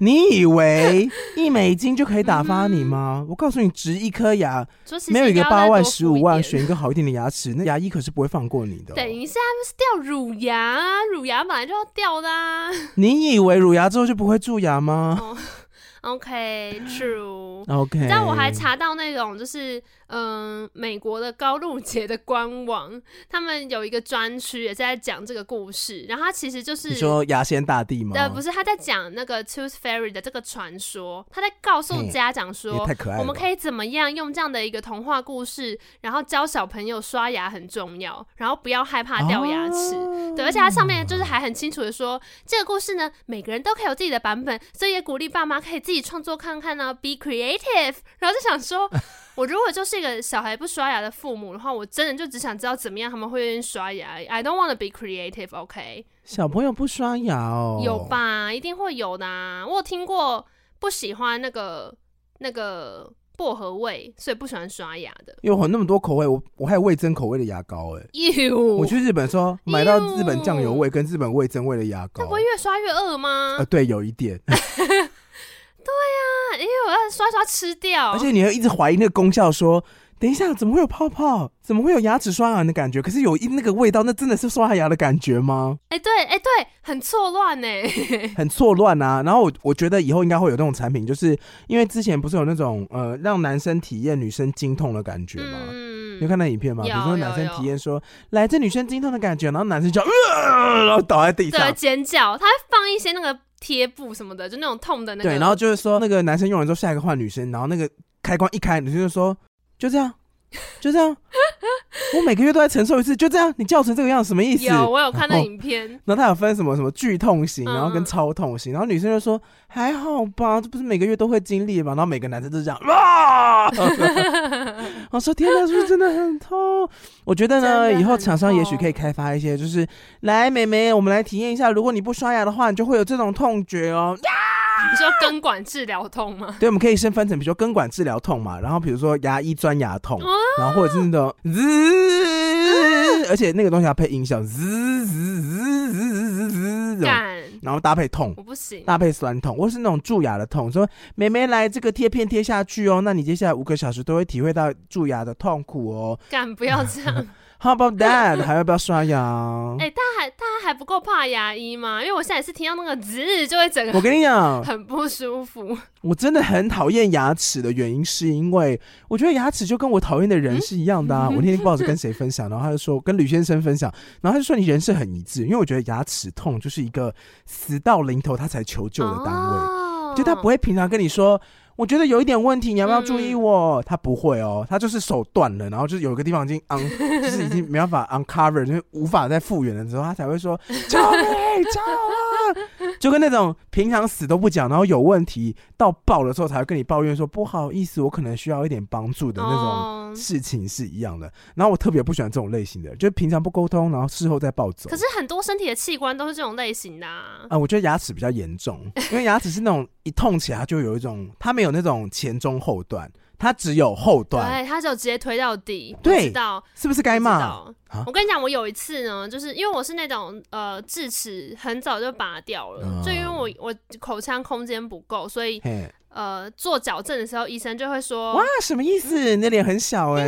你以为一美金就可以打发你吗？我告诉你，值一颗牙，
嗯说其实
没有一
应该
个
要
八
再
万、
多
十
付一
五万，
点
选一个好一点的牙齿，那牙医可是不会放过你的哦、
等一下，是掉乳牙啊，乳牙本来就要掉的、啊。
你以为乳牙之后就不会蛀牙 吗
OK，true、
？OK，
哦但我还查到那种就是，嗯、美国的高露洁的官网，他们有一个专区也是在讲这个故事，然后它其实就是
你说牙仙大帝吗？
呃，不是，他在讲那个 Tooth Fairy 的这个传说，他在告诉
嘿
家长
也
说，
太可爱了吧。
我们可以怎么样用这样的一个童话故事，然后教小朋友刷牙很重要，然后不要害怕掉牙齿。
哦
对，而且它上面就是还很清楚的说，这个故事呢，每个人都可以有自己的版本，所以也鼓励爸妈可以自己创作看看呢、b e creative。然后就想说，我如果就是一个小孩不刷牙的父母的话，我真的就只想知道怎么样他们会愿意刷牙。I don't want to be creative，OK？、
小朋友不刷牙哦，
有？吧，一定会有的、啊。我有听过不喜欢那个那个薄荷味，所以不喜欢刷牙的。
因为我那么多口味，我我还有味增口味的牙膏哎、我
You，
去日本的时候买到日本酱油味跟日本味增味的牙膏
那，不会越刷越饿吗？
呃，对，有一点，
啊，因为我要刷刷吃掉。
而且你会一直怀疑那个功效说。等一下，怎么会有泡泡？怎么会有牙齿刷牙的感觉？可是有一那个味道，那真的是刷牙的感觉吗？
哎、对，哎、对，很错乱呢。
很错乱啊！然后我我觉得以后应该会有那种产品，就是因为之前不是有那种呃让男生体验女生经痛的感觉吗？你有
嗯，
看那影片吗？比
有
如说
有
男生
有
体验说，来这女生经痛的感觉，然后男生就呃，然后倒在地
对，
上，
尖叫，他还放一些那个贴布什么的，就那种痛的那个。
对，然后就是说那个男生用完之后，下一个换女生，然后那个开关一开，女生就说就这样，就 这样，我每个月都在承受一次，就这样，你叫成这个样什么意思？哦
有，我有看那
然后
影片。
然后他有分什么什么剧痛型，然后
嗯
跟
嗯
超痛型，然后女生就说还好吧，这不是每个月都会经历嘛，然后每个男生都是这样 啊，我说天哪，是不是真的很痛？我觉得
真的
呢，
很
以后厂商也许可以开发一些，就是来妹妹，我们来体验一下，如果你不刷牙的话，你就会有这种痛觉 哦。
你说根管治疗痛吗？
对，我们可以先分成，比如说根管治疗痛
哦
嘛，然后比如说牙医钻牙痛，然后或者是那种滋，而且那个东西要配音效，滋滋滋滋滋滋滋这种，
干，
然后搭配痛。
我不行。
搭配酸痛，或是那种蛀牙的痛，说妹妹来这个贴片贴下去哦，那你接下来五个小时都会体会到蛀牙的痛苦哦。
干，不要这 样。
How about that？还要不要刷牙？
哎、大家还大家还不够怕牙医吗？因为我现在也是听到那个滋，就会整
我
个
跟你讲，
很不 舒服。
我真的很讨厌牙齿的原因，是因为我觉得牙齿就跟我讨厌的人是一样的啊。我 那天不知道是跟谁分享，然后他就说跟吕先生分享，然后他就说你人是很一致，因为我觉得牙齿痛就是一个死到临头他才求救的单位。
哦
就他不会平常跟你说，我觉得有一点问题，你要不要注意
嗯
我？他不会哦，他就是手断了，然后就是有一个地方已经 un，就是已经没办法 uncover，就是无法再复原了之后，他才会说救命救我！就跟那种平常死都不讲，然后有问题到爆的时候才会跟你抱怨说不好意思，我可能需要一点帮助的那种。
哦
事情是一样的，然后我特别不喜欢这种类型的，就是平常不沟通，然后事后再暴走。
可是很多身体的器官都是这种类型的、啊
啊、。我觉得牙齿比较严重，因为牙齿是那种一痛起来它就有一种，它没有那种前中后段，它只有后段，
对，他就直接推到底，
对
不知道
是不是该
不知
骂？
道
啊
我跟你讲，我有一次呢，就是因为我是那种呃智齿很早就拔掉了，
嗯
就因为我我口腔空间不够，所以
嘿，
呃做矫正的时候，医生就会
哇
说，
什么意思？你的脸很小哎、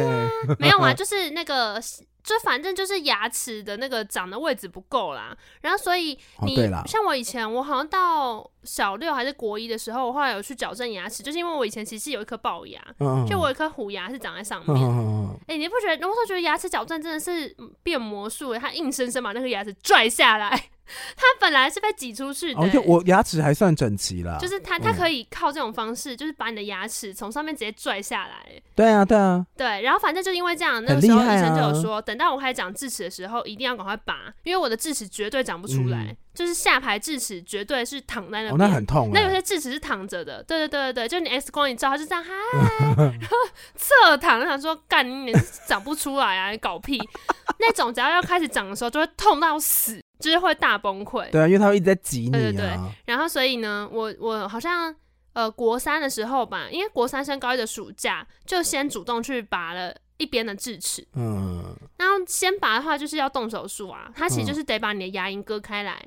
没有啊，就是那个就反正就是牙齿的那个长的位置不够啦，然后所以
哦，
啊你
对啦，
像我以前，我好像到小六还是国一的时候，我后来有去矫正牙齿，就是因为我以前其实有一颗龅牙，
嗯，
就我有一颗虎牙是长在上
嗯，
面。
嗯嗯
哎、你不觉得？那时候觉得牙齿矫正真的是嗯变魔术耶，他硬生生把那颗牙齿拽下来，他本来是被挤出去
嗯，
的
哦，
耶。
就我牙齿还算整齐啦，
就是他，他
嗯
可以靠这种方式，就是把你的牙齿从上面直接拽下来耶。
对啊，对啊，
对，然后反正就因为这样，那
很
个时候
厉害
医生就
啊
有说，等到我开始长智齿的时候，一定要赶快拔，因为我的智齿绝对长不出来，
嗯
就是下排智齿绝对是躺在那
哦，
边。
那很痛
那
哎、
有些智齿是躺着的，对对对对对，就是你 X 光一照，它就这样嗨， 然后侧躺，然后想说干你脸是长不出来啊，你搞屁！ 那种只要要开始长的时候，就会痛到死，就是会大崩溃。
对啊，因为它会一直在挤你啊，
对对对然后所以呢，我我好像呃国三的时候吧，因为国三升高一的暑假，就先主动去拔了一边的智齿。
嗯，
然后先拔的话，就是要动手术啊，它其实就是得把你的牙龈割开来。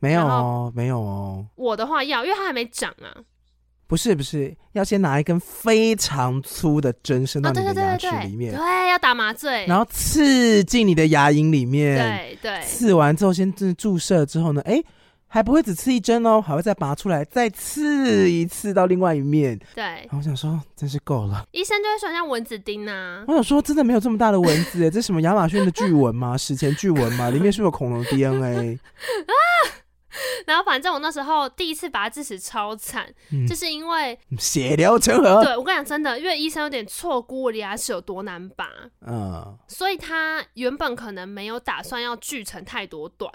没有
然后
哦，没有哦，
我的话要，因为它还没长啊。
不是不是，要先拿一根非常粗的针伸
啊，
到
对
你
对
的
对
牙齿里
对对，
面，
对要打麻醉。
然后刺进你的牙龈里面，
对对
刺完之后，先注注射之后呢，哎、还不会只刺一针哦，还会再拔出来，再刺一次到另外一面。
对
然，后我想说，真是够了。
医生就会说像蚊子叮啊，
我想说，真的没有这么大的蚊子哎，这是什么亚马逊的巨蚊吗？ 史前巨蚊吗？里面是不是有恐龙 DNA？
然后反正我那时候第一次拔智齿超惨，
嗯啊
就，是因为
血流成河。
对我跟你讲真的，因为医生有点错估我的牙齿有多难拔，
嗯，
所以他原本可能没有打算要锯成太多段，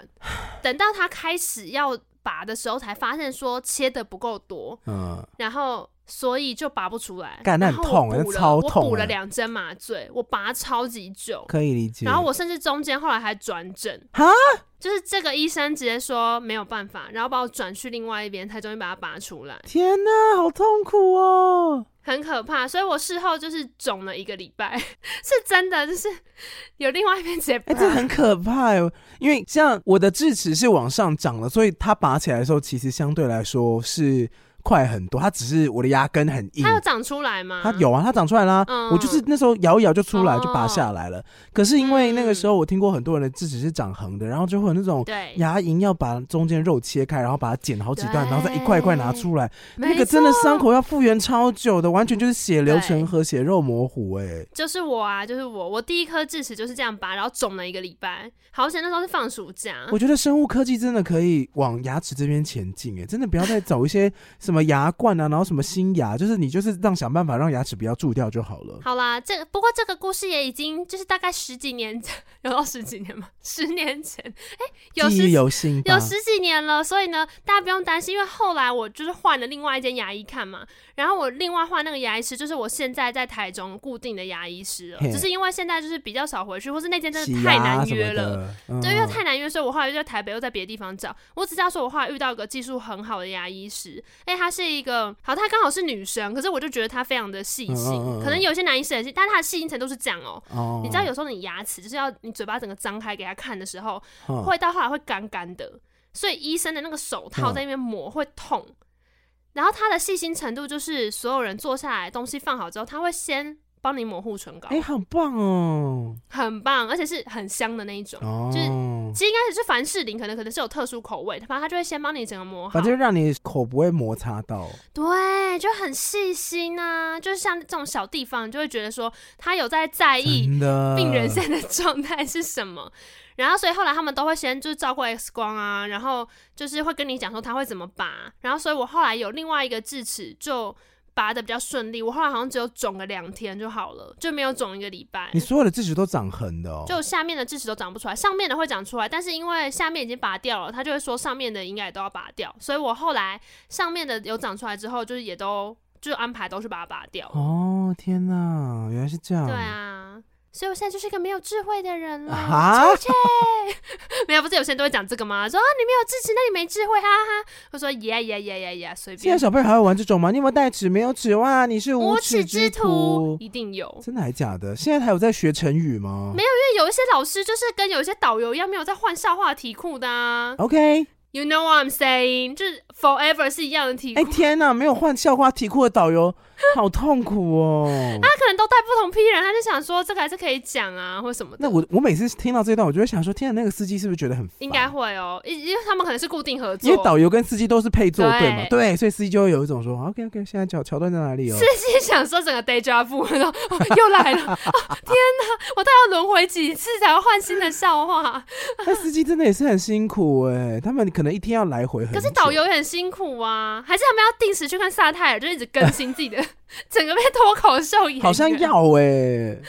等到他开始要拔的时候才发现说切的不够多，
嗯，
然后所以就拔不出来。
干那
然
很
后我
痛欸那
补了
超
我
痛
补了
欸
两针麻醉，我拔超级久，
可以理解。
然后我甚至中间后来还转诊。
哈，
就是这个医生直接说没有办法，然后把我转去另外一边，才终于把它拔出来，
天哪，好痛苦哦！
很可怕。所以我事后就是肿了一个礼拜，是真的，就是有另外一边结疤。
哎、这很可怕哦，因为像我的智齿是往上长的，所以它拔起来的时候，其实相对来说是快很多。它只是我的牙根很硬
它，有长出来吗？
它有啊，它长出来啦、
嗯
我就是那时候摇一摇就出来，
哦嗯
就拔下来了。可是因为那个时候我听过很多人的智齿是长横的，然后就会有那种
对，
牙龈要把中间肉切开，然后把它剪好几段，
对
然后再一块一块拿出来，那
没
个真的
错
伤口要复原超久的，完全就是血流
对
成河、血肉模糊、哎，
就是我啊，就是我，我第一颗智齿就是这样拔，然后肿了一个礼拜。好险那时候是放暑假，
我觉得生物科技真的可以往牙齿这边前进，哎，真的不要再找一些什么牙冠啊，然后什么新牙，就是你就是让想办法让牙齿不要蛀掉就好了。
好啦，这个不过这个故事也已经就是大概十几年前， 有到十几年吗？十年前，哎、有
记忆
十
犹新吧
有。十几年了，所以呢，大家不用担心，因为后来我就是换了另外一间牙医看嘛，然后我另外换那个牙医师，就是我现在在台中固定的牙医师了，
嘿
只是因为现在就是比较少回去，或是那间真
洗
的
牙
太
啊
难
什么
约了。
的，嗯
对，因为太难约，所以我后来又在台北，又在别的地方找。我只知道说，我后来遇到一个技术很好的牙医师，哎，她是一个好，她刚好是女生，可是我就觉得她非常的细
嗯
心，
嗯嗯嗯
可能有些男医师也是，但她的细心程度是这样哦。
哦
你知道，有时候你牙齿就是要你嘴巴整个张开给他看的时候，
嗯
会到后来会干干的，所以医生的那个手套
嗯
在那边抹会痛。然后他的细心程度就是，所有人坐下来，东西放好之后，他会先帮你抹护唇膏
哎、，好棒哦！
很棒，而且是很香的那一种。
哦，
就是其实应该是凡士林，可能可能是有特殊口味，反正他就会先帮你整个磨好
反。正让你口不会摩擦到。
对，就很细心啊，就是像这种小地方，你就会觉得说他有在在意
真的，
病人现在的状态是什么。然后，所以后来他们都会先就是照过 X 光啊，然后就是会跟你讲说他会怎么拔。然后，所以我后来有另外一个智齿就拔的比较顺利，我后来好像只有肿个两天就好了，就没有肿一个礼拜。
你所有的智齿都长横的哦。
就下面的智齿都长不出来，上面的会长出来，但是因为下面已经拔掉了，他就会说上面的应该也都要拔掉，所以我后来上面的有长出来之后，就是也都就安排都是把它拔掉。
哦，天哪，原来是这样。
对啊，所以我现在就是一个没有智慧的人了。
啊，
没有，不是有些人都会讲这个吗？说啊你没有智齿，那你没智慧，哈哈哈。我说耶耶耶耶耶，
现
随
在
便。
小朋友还会玩这种吗？你有没有带齿？没有齿哇，你是
无
耻
耻之
徒
徒。一定有，
真的还假的？现在还有在学成语吗？没有。
因为有一些老师就是跟有一些导游一样，没有在换笑话题库的啊。
OK，
You know what I'm saying？就是 forever 是一样的题
哎、
库。
天哪，没有换校花题库的导游，好痛苦 哦。
他可能都带不同批人，他就想说这个还是可以讲啊，或什么的。
那我我每次听到这段，我就会想说，天哪，那个司机是不是觉得很烦？
应该会哦，因因为他们可能是固定合
因为
作。
导游跟司机都是配作对嘛，
对嗯
对，所以司机就会有一种说，OK OK，现在桥桥段在哪里哦
司？机想说整个 day job，然后、哦又来了、哦，天哪！我到底要轮回几次才会换新的笑话？
那司机真的也是很辛苦哎、他们可能一天要来回很久。
可是导游也很辛苦啊，还是他们要定时去看萨泰尔，就一直更新自己的， 整个被脱口秀演员
好像要哎、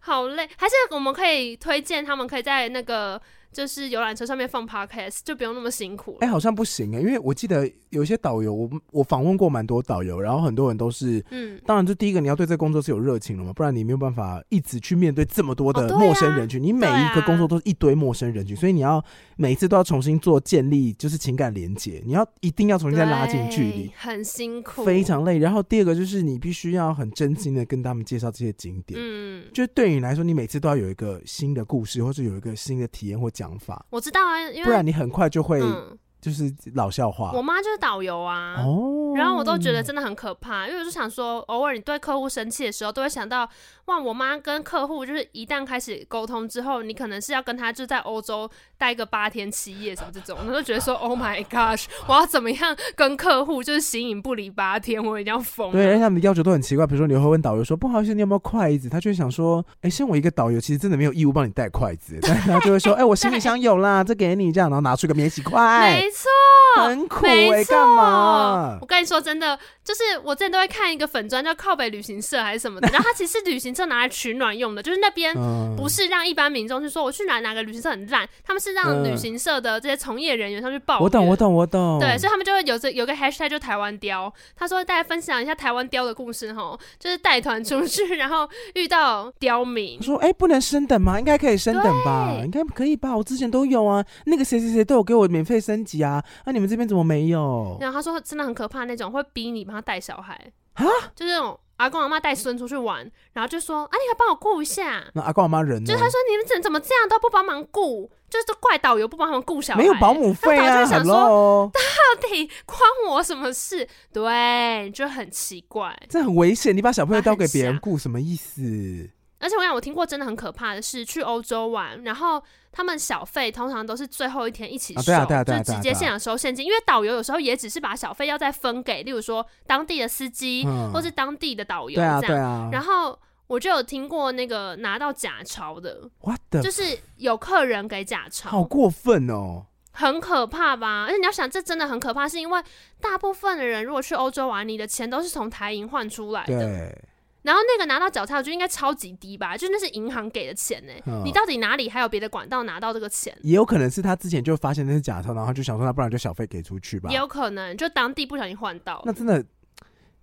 好累。还是我们可以推荐他们可以在那个就是游览车上面放 podcast，就不用那么辛苦了。
哎、好像不行哎、因为我记得有一些导游，我我访问过蛮多导游，然后很多人都是。
嗯，
当然，就第一个你要对这工作是有热情了嘛，不然你没有办法一直去面对这么多
哦
的
对啊
陌生人群。你每
对
一
啊
个工作都是一堆陌生人群，所以你要每一次都要重新做建立，就是情感连接，你要一定要重新再拉近距离
对，，很辛苦，
非常累。然后第二个就是你必须要很真心的跟他们介绍这些景点，
嗯。
就是对你来说，你每次都要有一个新的故事，或者有一个新的体验或讲法，
我知道啊，因为
不然你很快就会
嗯，
就是老笑话。
我妈就是导游啊。
哦，
然后我都觉得真的很可怕，因为我就想说，偶尔你对客户生气的时候，都会想到，哇，我妈跟客户就是一旦开始沟通之后，你可能是要跟她就在欧洲待个八天七夜什么这种，我就觉得说，Oh my gosh，我 要怎么样跟客户就是形影不离八天，我一定要疯
对，而且
了。
他们的要求都很奇怪，比如说你会问导游说：“不好意思，你有没有筷子？”他就会想说：“哎、身为一个导游，其实真的没有义务帮你 带筷子。”但是他就会说：“哎、我行李箱有啦，这给你。”这样，然后拿出一个免洗筷。
没错，
很苦哎、
没错
干嘛
我？跟你说，真的，就是我之前都会看一个粉砖叫靠北旅行社还是什么的，然后它其实是旅行社拿来取暖用的，就是那边
嗯，
不是让一般民众去说我去哪哪个旅行社很烂，他们是让
嗯
旅行社的这些从业人员上去抱怨。
我懂，我。懂，我懂。
对，所以他们就会有这有个 hashtag 就台湾雕，他说大家分享一下台湾雕的故事哈，就是带团出去，然后遇到刁民
我，说：“哎、不能升等吗？应该可以升等吧？
对
应该可以吧？我之前都有啊，那个谁谁谁都有给我免费升级啊，那、你们这边怎么没有？
然后他说真的很可怕那种，会逼你帮他带小孩
啊，
就是那种阿公阿妈带孙出去玩，然后就说啊，你可以帮我顾一下，
那阿公阿妈人呢
就是？他说你们怎怎么这样都不帮忙顾，就是都怪导游不帮他们顾小孩，
没有保姆费
他早
啊
就想说
，Hello，
到底关我什么事？ 对，就很奇怪。
这很危险，你把小朋友
他
交
很
给别人
傻
雇，什么意 思？
而且我想，我听过真的很可怕的是，去欧洲玩，然后他们小费通常都是最后一天一起收，
啊对啊对啊对啊
就是
对
直
啊
接
对啊
现场收现金，因为导游有时候也只是把小费要再分给，例如说当地的司机、
嗯
或是当地的导游这
对
样。
啊，对啊。
然后我就有听过那个拿到假钞的，
What the？
就是有客人给假钞，
好过分哦！
很可怕吧？而且你要想，这真的很可怕，是因为大部分的人如果去欧洲玩，你的钱都是从台银换出来的，
对，
然后那个拿到脚差就应该超级低吧？就那是银行给的钱呢、
嗯
你到底哪里还有别的管道拿到这个钱？
也有可能是他之前就发现那是假钞，然后就想说，那不然就小费给出去吧
也。有可能就当地不小心换到
那，真的，因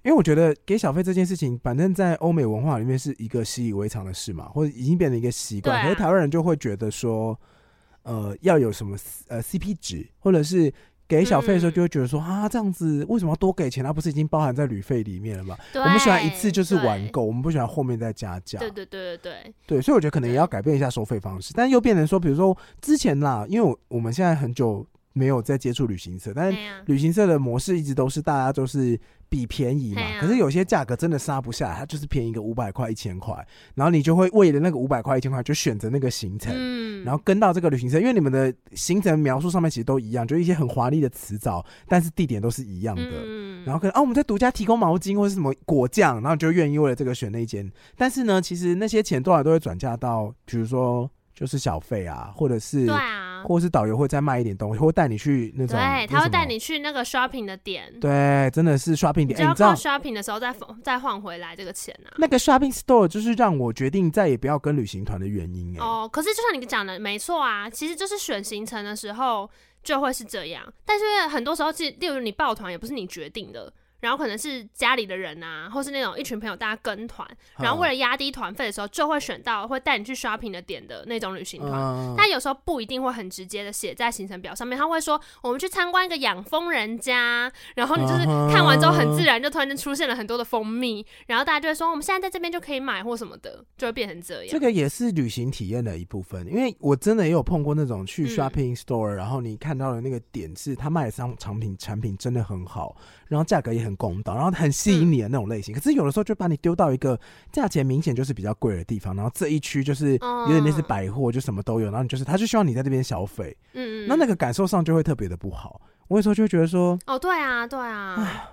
为我觉得给小费这件事情，反正在欧美文化里面是一个习以为常的事嘛，或者已经变成一个习惯。
对啊
可是台湾人就会觉得说，呃，要有什么 C- 呃 CP 值，或者是给小费的时候
嗯
就会觉得说、啊，这样子为什么要多给钱？它不是已经包含在旅费里面了吗？
对
我们喜欢一次就是玩
对
够，我们不喜欢后面再加价。
对对对对对，
对，所以我觉得可能也要改变一下收费方式，但又变成说，比如说之前啦，因为我我们现在很久没有在接触旅行社，但
那
是
样
旅行社的模式一直都是大家都是比便宜嘛，
对啊
可是有些价格真的杀不下来，它就是便宜个五百块、一千块，然后你就会为了那个五百块、一千块就选择那个行程。
嗯
然后跟到这个旅行社，因为你们的行程描述上面其实都一样，就一些很华丽的词藻，但是地点都是一样的。
嗯
然后可能啊，我们在独家提供毛巾或是什么果酱，然后你就愿意为了这个选那一间。但是呢，其实那些钱多少都会转嫁到，比如说就是小费啊，或者是
对啊，
或者是导游会再卖一点东西，或带你去那种，
对，
那
他会
什么
带你去那个 shopping 的 点，
对，真的是 shopping
你
点，哎，
就要
你知
靠
道
shopping 的时候再放再换回来这个钱啊。
那个 shopping store 就是让我决定再也不要跟旅行团的原因哎、
哦，可是就像你讲的，没错啊，其实就是选行程的时候就会是这样，但是很多时候是，例如你报团也不是你决定的。然后可能是家里的人啊，或是那种一群朋友大家跟团，然后为了压低团费的时候，就会选到会带你去 shopping 的点的那种旅行团。
嗯
但有时候不一定会很直接的写在行程表上面，他会说我们去参观一个养蜂人家，然后你就是
嗯哼
看完之后很自然就突然间出现了很多的蜂蜜，然后大家就会说我们现在在这边就可以买或什么的，就会变成这样。嗯
这个也是旅行体验的一部分，因为我真的也有碰过那种去
嗯
shopping store，、然后你看到的那个点是他卖的商产品产品真的很好，然后价格也很公道，然后很吸引你的那种类
嗯
型。可是有的时候就把你丢到一个价钱明显就是比较贵的地方，然后这一区就是有点类似
嗯
百货，就什么都有，然后你就是他就希望你在这边消费，
嗯，嗯
那那个感受上就会特别的不好。我有时候就会觉得说，
哦，对啊，对啊，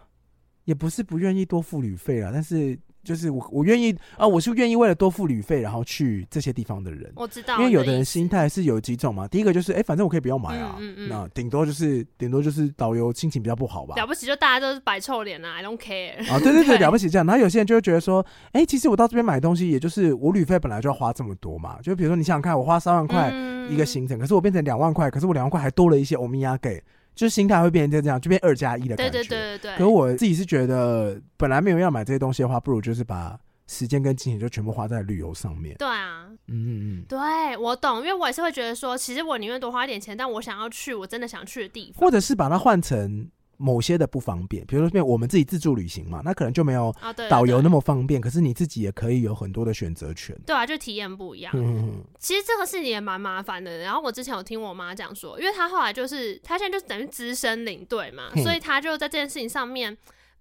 也不是不愿意多付旅费啦，但是就是我我愿意啊，我是愿意为了多付旅费然后去这些地方的人。
我知道。
因为有的
你
人
意思
心态是有几种嘛，第一个就是哎、诶反正我可以不要买啊，
嗯嗯嗯
那顶多就是顶多就是导游心情比较不好吧。
了不起，就大家都是摆臭脸啊，I don't care。
啊，对对对，
对
了不起这样。然后有些人就会觉得说，哎、其实我到这边买东西，也就是我旅费本来就要花这么多嘛。就比如说你想想看，我花三万块
嗯
一个行程，可是我变成两万块，可是我两万块还多了一些欧米亚给，就是心态会变成这样，就变二加一的感
对
觉。
对对对
可
对，
我自己是觉得，本来没有要买这些东西的话，不如就是把时间跟金钱就全部花在旅游上面。
对啊，
嗯嗯嗯。
对我懂，因为我也是会觉得说，其实我宁愿多花一点钱，但我想要去我真的想去的地方
或者是把它换成某些的不方便，比如说我们自己自助旅行嘛，那可能就没有
啊。对，对
导游那
对
么方便，可是你自己也可以有很多的选择权。
对啊，就体验不一样。
嗯，
其实这个事情也蛮麻烦的。然后我之前有听我妈讲说，因为她后来就是她现在就等于资深领队嘛，
嘿
所以她就在这件事情上面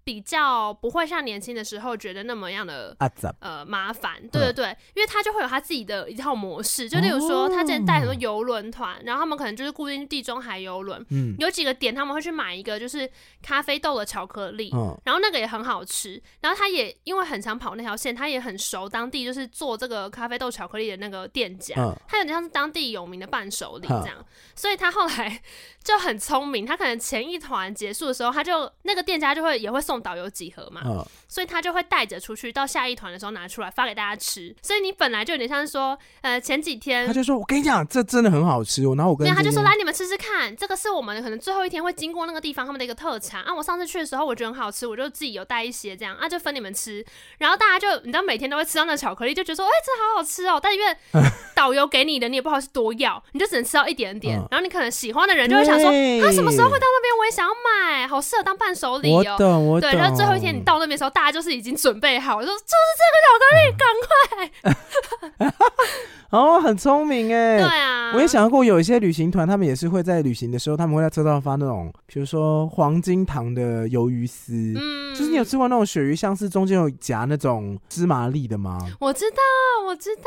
比较不会像年轻的时候觉得那么样的
啊咋？
呃麻烦，
嗯
对对对，因为他就会有他自己的一套模式，就例如说
哦
他之前带很多游轮团，然后他们可能就是固定地中海游轮，
嗯
有几个点他们会去买一个就是咖啡豆的巧克力。
嗯
然后那个也很好吃，然后他也因为很常跑那条线，他也很熟当地就是做这个咖啡豆巧克力的那个店家，
嗯
他有点像是当地有名的伴手礼这样，所以他后来就很聪明，他可能前一团结束的时候，他就那个店家就会也会送导游几盒嘛，
嗯，
所以他就会带着出去，到下一团的时候拿出来发给大家吃。所以你本来就有点像是说，呃，前几天
他。就说：“我跟你讲，这真的很好吃。”然后我跟
对，他
这
就说
边
来你们吃吃看，这个是我们可能最后一天会经过那个地方他们的一个特产啊。我上次去的时候我觉得很好吃，我就自己有带一些这样啊，就分你们吃。然后大家就你知道每天都会吃到那巧克力，就觉得说哎、这好好吃哦。但 因为导游给你的你也不好意思多要，你就只能吃到一点点。
嗯
然后你可能喜欢的人就会想说
对
他什么时候会到那边，我也想要买，好适合当伴手礼
我
哦。
懂，我懂。
对，然后最后一天你到那边的时候，大家就是已经准备好，就说就是这个巧克力，赶快。
哦，很聪明哎。
对啊，
我也想过有一些旅行团，他们也是会在旅行的时候，他们会在车上发那种，比如说黄金糖的鱿鱼丝，
嗯，
就是你有吃过那种鳕鱼像是中间有夹那种芝麻粒的吗？
我知道，我知道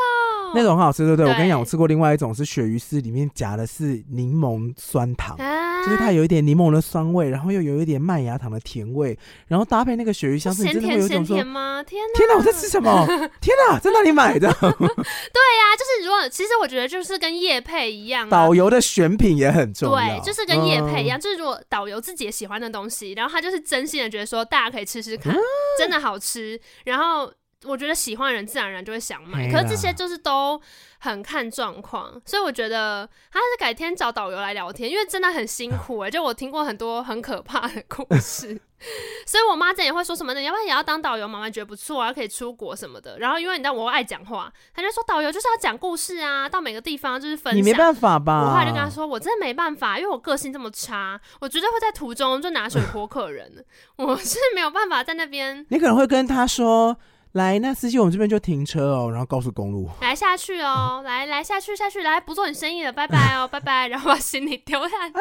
那种很好吃，对不对？
哦对
我跟你讲，我吃过另外一种是鳕鱼丝，里面夹的是柠檬酸糖。
啊，
就是它有一点柠檬的酸味，然后又有一点麦芽糖的甜味，然后搭配那个鳕鱼香，是你
哦咸
真的会
甜
有一
咸
种说
甜吗？天哪！
天哪，我在吃什么？ 天哪，在哪里买的？
对啊，就是如果其实我觉得就是跟叶配一样、啊。
导游的选品也很重要，嗯
对，就是跟叶配一样，就是如果导游自己也喜欢的东西，然后他就是真心的觉得说大家可以吃吃看，真的好吃，然后我觉得喜欢的人自然而然就会想买。
嘿
可
啦
是这些就是都很看状况，所以我觉得他是改天找导游来聊天，因为真的很辛苦哎、就我听过很多很可怕的故事， 所以我妈之前也会说什么，你要不要也要当导游？妈妈觉得不错啊，可以出国什么的。然后因为你知道我爱讲话，她就说导游就是要讲故事啊，到每个地方就是分
嗯。
享。
你没办法吧？
我后来就跟他说，我真的没办法，因为我个性这么差，我绝对会在途中就拿水泼客人， 我是没有办法在那边
你可能会跟他说：“来，那司机，我们这边就停车哦，然后高速公路。
来下去哦，来来下去下去，来不做你生意了，拜拜哦，拜拜，然后把行李丢下去。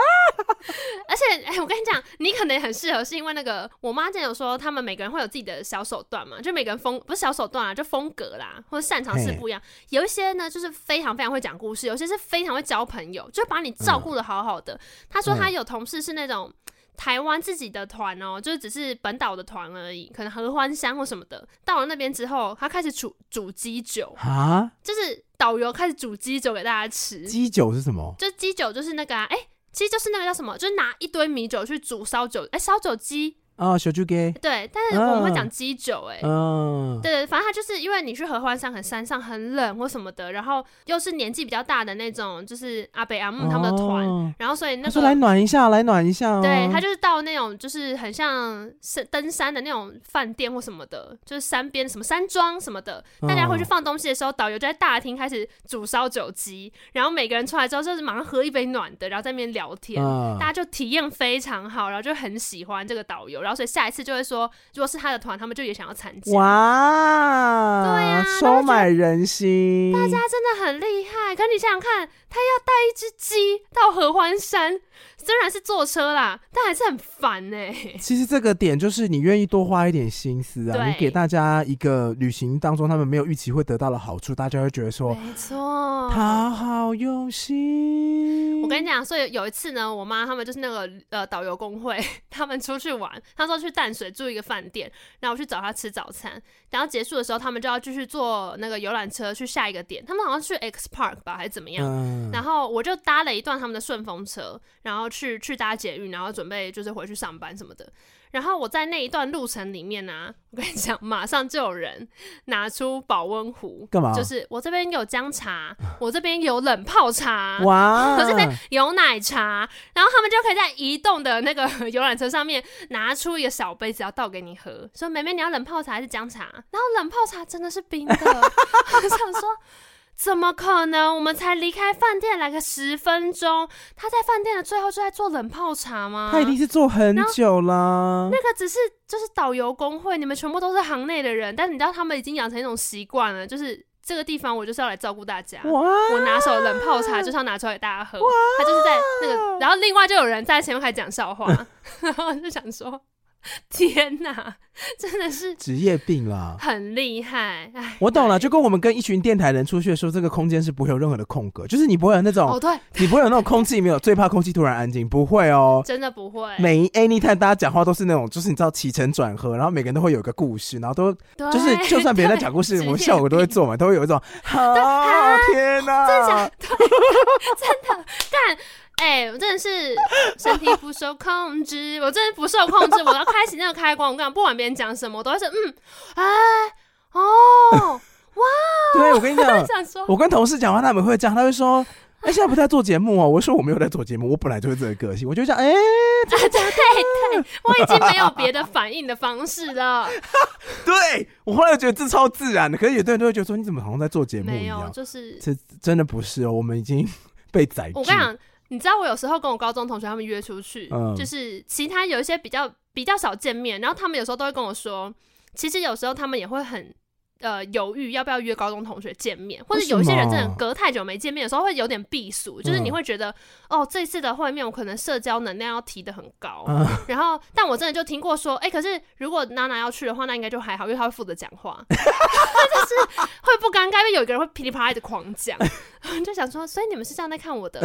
而且，哎、我跟你讲，你可能也很适合，是因为那个我妈之前有说，他们每个人会有自己的小手段嘛，就每个人风不是小手段啊，就风格啦，或者擅长是
嘿
不一样。有一些呢，就是非常非常会讲故事，有些是非常会交朋友，就把你照顾的好好的。她说她有同事是那种。台湾自己的团哦、就是只是本岛的团而已，可能合欢山或什么的。到了那边之后，他开始煮煮鸡酒，
啊，
就是导游开始煮鸡酒给大家吃，
鸡酒是什么？
就鸡酒就是那个啊，哎、其实就是那个叫什么，就是拿一堆米酒去煮烧酒，哎、烧酒鸡，
啊，小猪给，
对，但是我们会
啊
讲鸡酒、哎、
嗯，
对对，反正他就是因为你去合欢山，可能山上很冷或什么的，然后又是年纪比较大的那种，就是阿北阿木他们的团，
哦
然后所以那
他说来
个。
暖一下，来暖一下哦。
对他就是到那种就是很像是登山的那种饭店或什么的，就是山边什么山庄什么的，大家会
嗯
去放东西的时候，导游就在大厅开始煮烧酒鸡，然后每个人出来之后就是马上喝一杯暖的，然后在那边聊天。
嗯
大家就体验非常好，然后就很喜欢这个导游，然后所以下一次就会说，如果是他的团，他们就也想要参加。
哇，
对啊
收买人心，大家
他真的很厉害，可你想想看，他要带一只鸡到合欢山，虽然是坐车啦，但还是很烦欸呢、
其实这个点就是你愿意多花一点心思啊，
对
你给大家一个旅行当中他们没有预期会得到的好处，大家会觉得说
没错，
哦他好用心。
我跟你讲，所以有一次呢，我妈他们就是那个呃导游工会， 他们出去玩，他说去淡水住一个饭店，然后我去找他吃早餐，然后结束的时候，他们就要继续坐那个游览车去下一个点，他们好像去 X Park 吧，还是怎么样。
嗯
然后我就搭了一段他们的顺风车，然后去去搭捷运，然后准备就是回去上班什么的。然后我在那一段路程里面呢、啊我跟你讲，马上就有人拿出保温壶，
干嘛？
就是我这边有姜茶，我这边有冷泡茶，
哇，
可是在有奶茶，然后他们就可以在移动的那个 游览车上面拿出一个小杯子，要倒给你喝，说妹妹你要冷泡茶还是姜茶？然后冷泡茶真的是冰的， 我想说。怎么可能？我们才离开饭店来个十分钟，他在饭店的最后就在做冷泡茶吗？
他一定是做很久啦。
那个只是就是导游工会，你们全部都是行内的人，但你知道他们已经养成一种习惯了，就是这个地方我就是要来照顾大家。
哇，
我拿手冷泡
啊
茶就是要拿出来给大家喝， 他就是在那个，然后另外就有人在前面开始讲笑话，然后我就想说，天哪，真的是
职业病啦。
很厉害！哎，
我懂了，
对
就跟我们跟一群电台人出去的时候，这个空间是不会有任何的空格，就是你不会有那种，
哦，对，
你不会有那种空气没有，最怕空气突然安静，不会 哦。
真的不会，
每一 anytime 大家讲话都是那种，就是你知道起承转合，然后每个人都会有一个故事，然后都
对
就是 就算别人在讲故事，我们效果都会。
对
做嘛，都会有 一种啊天哪，
哎、我真的是身体不受控制， 我真的不受控制。我要开启那个开关，我跟你讲，不管别人讲什么，我都会是嗯，哎， 哦，
对我跟你讲
我，想说，啊
我跟同事讲话，他们会这样，他会说。哎、现在不在做节目哦。我说我没有在做节目，我本来就是这个个性。我就想，哎、
对对对，我已经没有别的反应的方式 了，
对我后来觉得这超自然的，可是有的人都会觉得说，你怎么好像在做节目一
没有，
样？
就是
这真的不是哦，我们已经被宰制。
我跟你讲，你知道我有时候跟我高中同学他们约出去，
嗯
就是其他有一些比较比较少见面，然后他们有时候都会跟我说，其实有时候他们也会很。呃，犹豫要不要约高中同学见面，或者有一些人真的隔太久没见面，有时候会有点避暑，就是
嗯
你会觉得，哦，这次的会面我可能社交能量要提的很高，
嗯
然后，但我真的就听过说，哎、可是如果娜娜要去的话，那应该就还好，因为她会负责讲话，就是会不尴尬，因为有一个人会噼里啪啦一直狂讲，你就想说，所以你们是这样在看我的，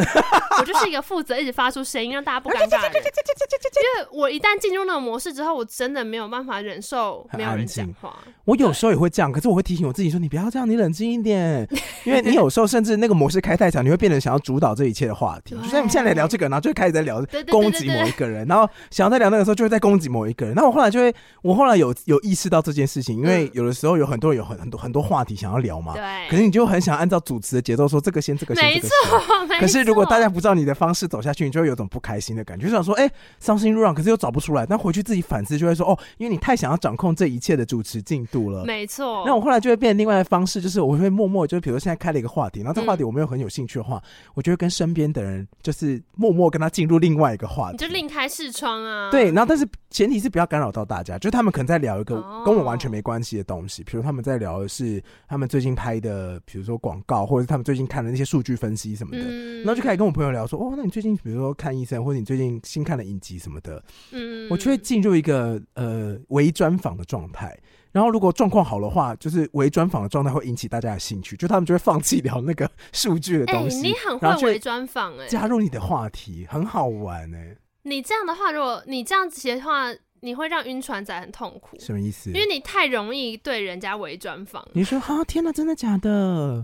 我就是一个负责一直发出声音让大家不尴尬的人，因为我一旦进入那个模式之后，我真的没有办法忍受没有人讲话，
我有时候也会这样，可是我会提醒我自己说，你不要这样，你冷静一点， 因为你有时候甚至那个模式开太长，你会变成想要主导这一切的话题。
对
就像我们现在来聊这个，然后就会开始在聊
对对对
攻击
对对
某一个人，然后想要在聊那个时候就会在攻击某一个人。那我后来就会，我后来有有意识到这件事情，因为
嗯
有的时候有很多人有很很多很多话题想要聊嘛，可
对，
是你就很想按照主持的节奏说这个先，这个先，
没
这个
错
先。，
没错。
可是如果大家不照你的方式走下去，你就会有种不开心的感觉，就想说，哎、伤心入 n 可是又找不出来。但回去自己反思，就会说，哦，因为你太想要掌控这一切的主持进度了。
没错，
那我后来就会变另外的方式，就是我会默默，就是比如说现在开了一个话题，然
嗯
后这个话题我没有很有兴趣的话，我就会跟身边的人，就是默默跟他进入另外一个话题。
你就另开视窗啊，
对，然后但是前提是不要干扰到大家，就是他们可能在聊一个
哦
跟我完全没关系的东西，比如他们在聊的是他们最近拍的，比如说广告，或者是他们最近看的那些数据分析什么的。
嗯，
然后就开始跟我朋友聊说，哦，那你最近比如说看医生，或者你最近新看的影集什么的，
嗯，嗯
我就会进入一个呃微专访的状态。然后如果状况好的话，就是微专访的状态会引起大家的兴趣，就他们就会放弃聊那个 数据的
哎、
东西，
你很
然后
会
就
伪专访哎，
加入你的话题，很好玩哎、
你这样的话，如果你这样子的话，你会让晕船仔很痛苦，
什么意思
因？为你太容易对人家伪专访。
你说啊，天哪，真的假的？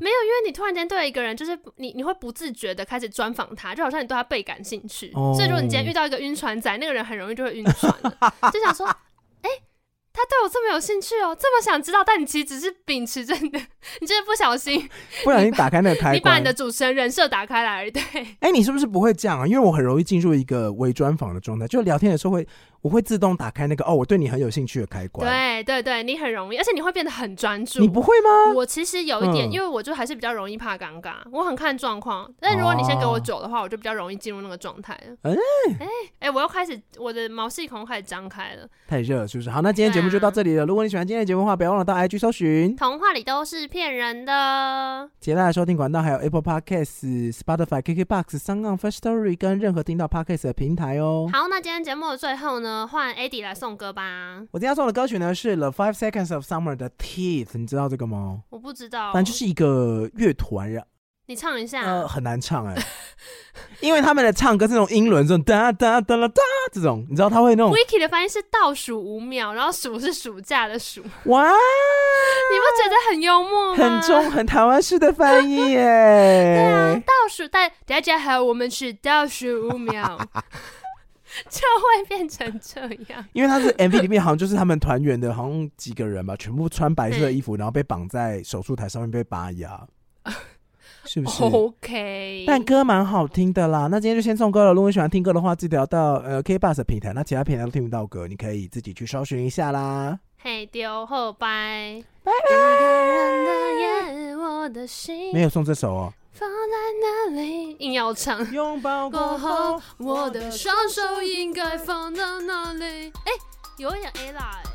没有，因为你突然间对一个人，就是你，你会不自觉的开始专访他，就好像你对他倍感兴趣。
哦
所以如果你今天遇到一个晕船仔，那个人很容易就会晕船了， 就想说，哎、他对我这么有兴趣哦，这么想知道，但你其实只是秉持着你的，你就是不小心，
不小心打开那个开
你把
关
你的，主持人人设打开来而已。对，
哎、你是不是不会这样啊？因为我很容易进入一个微专访的状态，就聊天的时候会，我会自动打开那个哦，我对你很有兴趣的开关。
对，对，对，你很容易，而且你会变得很专注。
你不会吗？
我其实有一点，
嗯
因为我就还是比较容易怕尴尬，我很看状况。但如果你先给我
哦
酒的话，我就比较容易进入那个状态了。
哎
哎哎、我又开始我的毛细孔开始张开了。
太热了，是不是？好，那今天节目就到这
啊
里了。如果你喜欢今天的节目的话，不要忘了到 IG 搜寻
童话里都是骗人的，
其他的收听管道，还有 Apple Podcast、Spotify、KKBox、s o n g on First Story 跟任何听到 Podcast 的平台哦。
好，那今天节目的最后呢，换 Eddie 来送歌吧。
我今天要送的歌曲呢是 The Five Seconds of Summer 的 Teeth，你知道这个吗？
我不知道，
反正就是一个乐团，然
你唱一下。
呃很难唱哎、 因为他们的唱歌是那种英伦这种哒哒哒啦哒这种，你知道他会那 种
Wiki 的翻译是倒数五秒，然后数是暑假 的暑，你
哇，
不觉得很幽默吗？
很中很台湾式的翻译哎耶、
对啊，倒数，但大家好，我们是倒数五 秒， 就会变成这样。
因为他是 MV 里面好像就是他们团员的，好像几个人吧，全部穿白色的衣服，然后被绑在手术台上面被拔 牙，是不是？
OK，
但歌蛮好听的啦，那今天就先送歌了。如果你喜欢听歌的话，记得要到呃 K Bus 的平台，那其他平台都听不到歌，你可以自己去搜寻一下啦。
嘿丢后拜，
拜
一个
拜。
人的夜，我的心
没有送这首哦。
放在哪里？硬要唱。
拥抱
过后，我的双手应该放到哪里？哎、有一点 A 啦、哎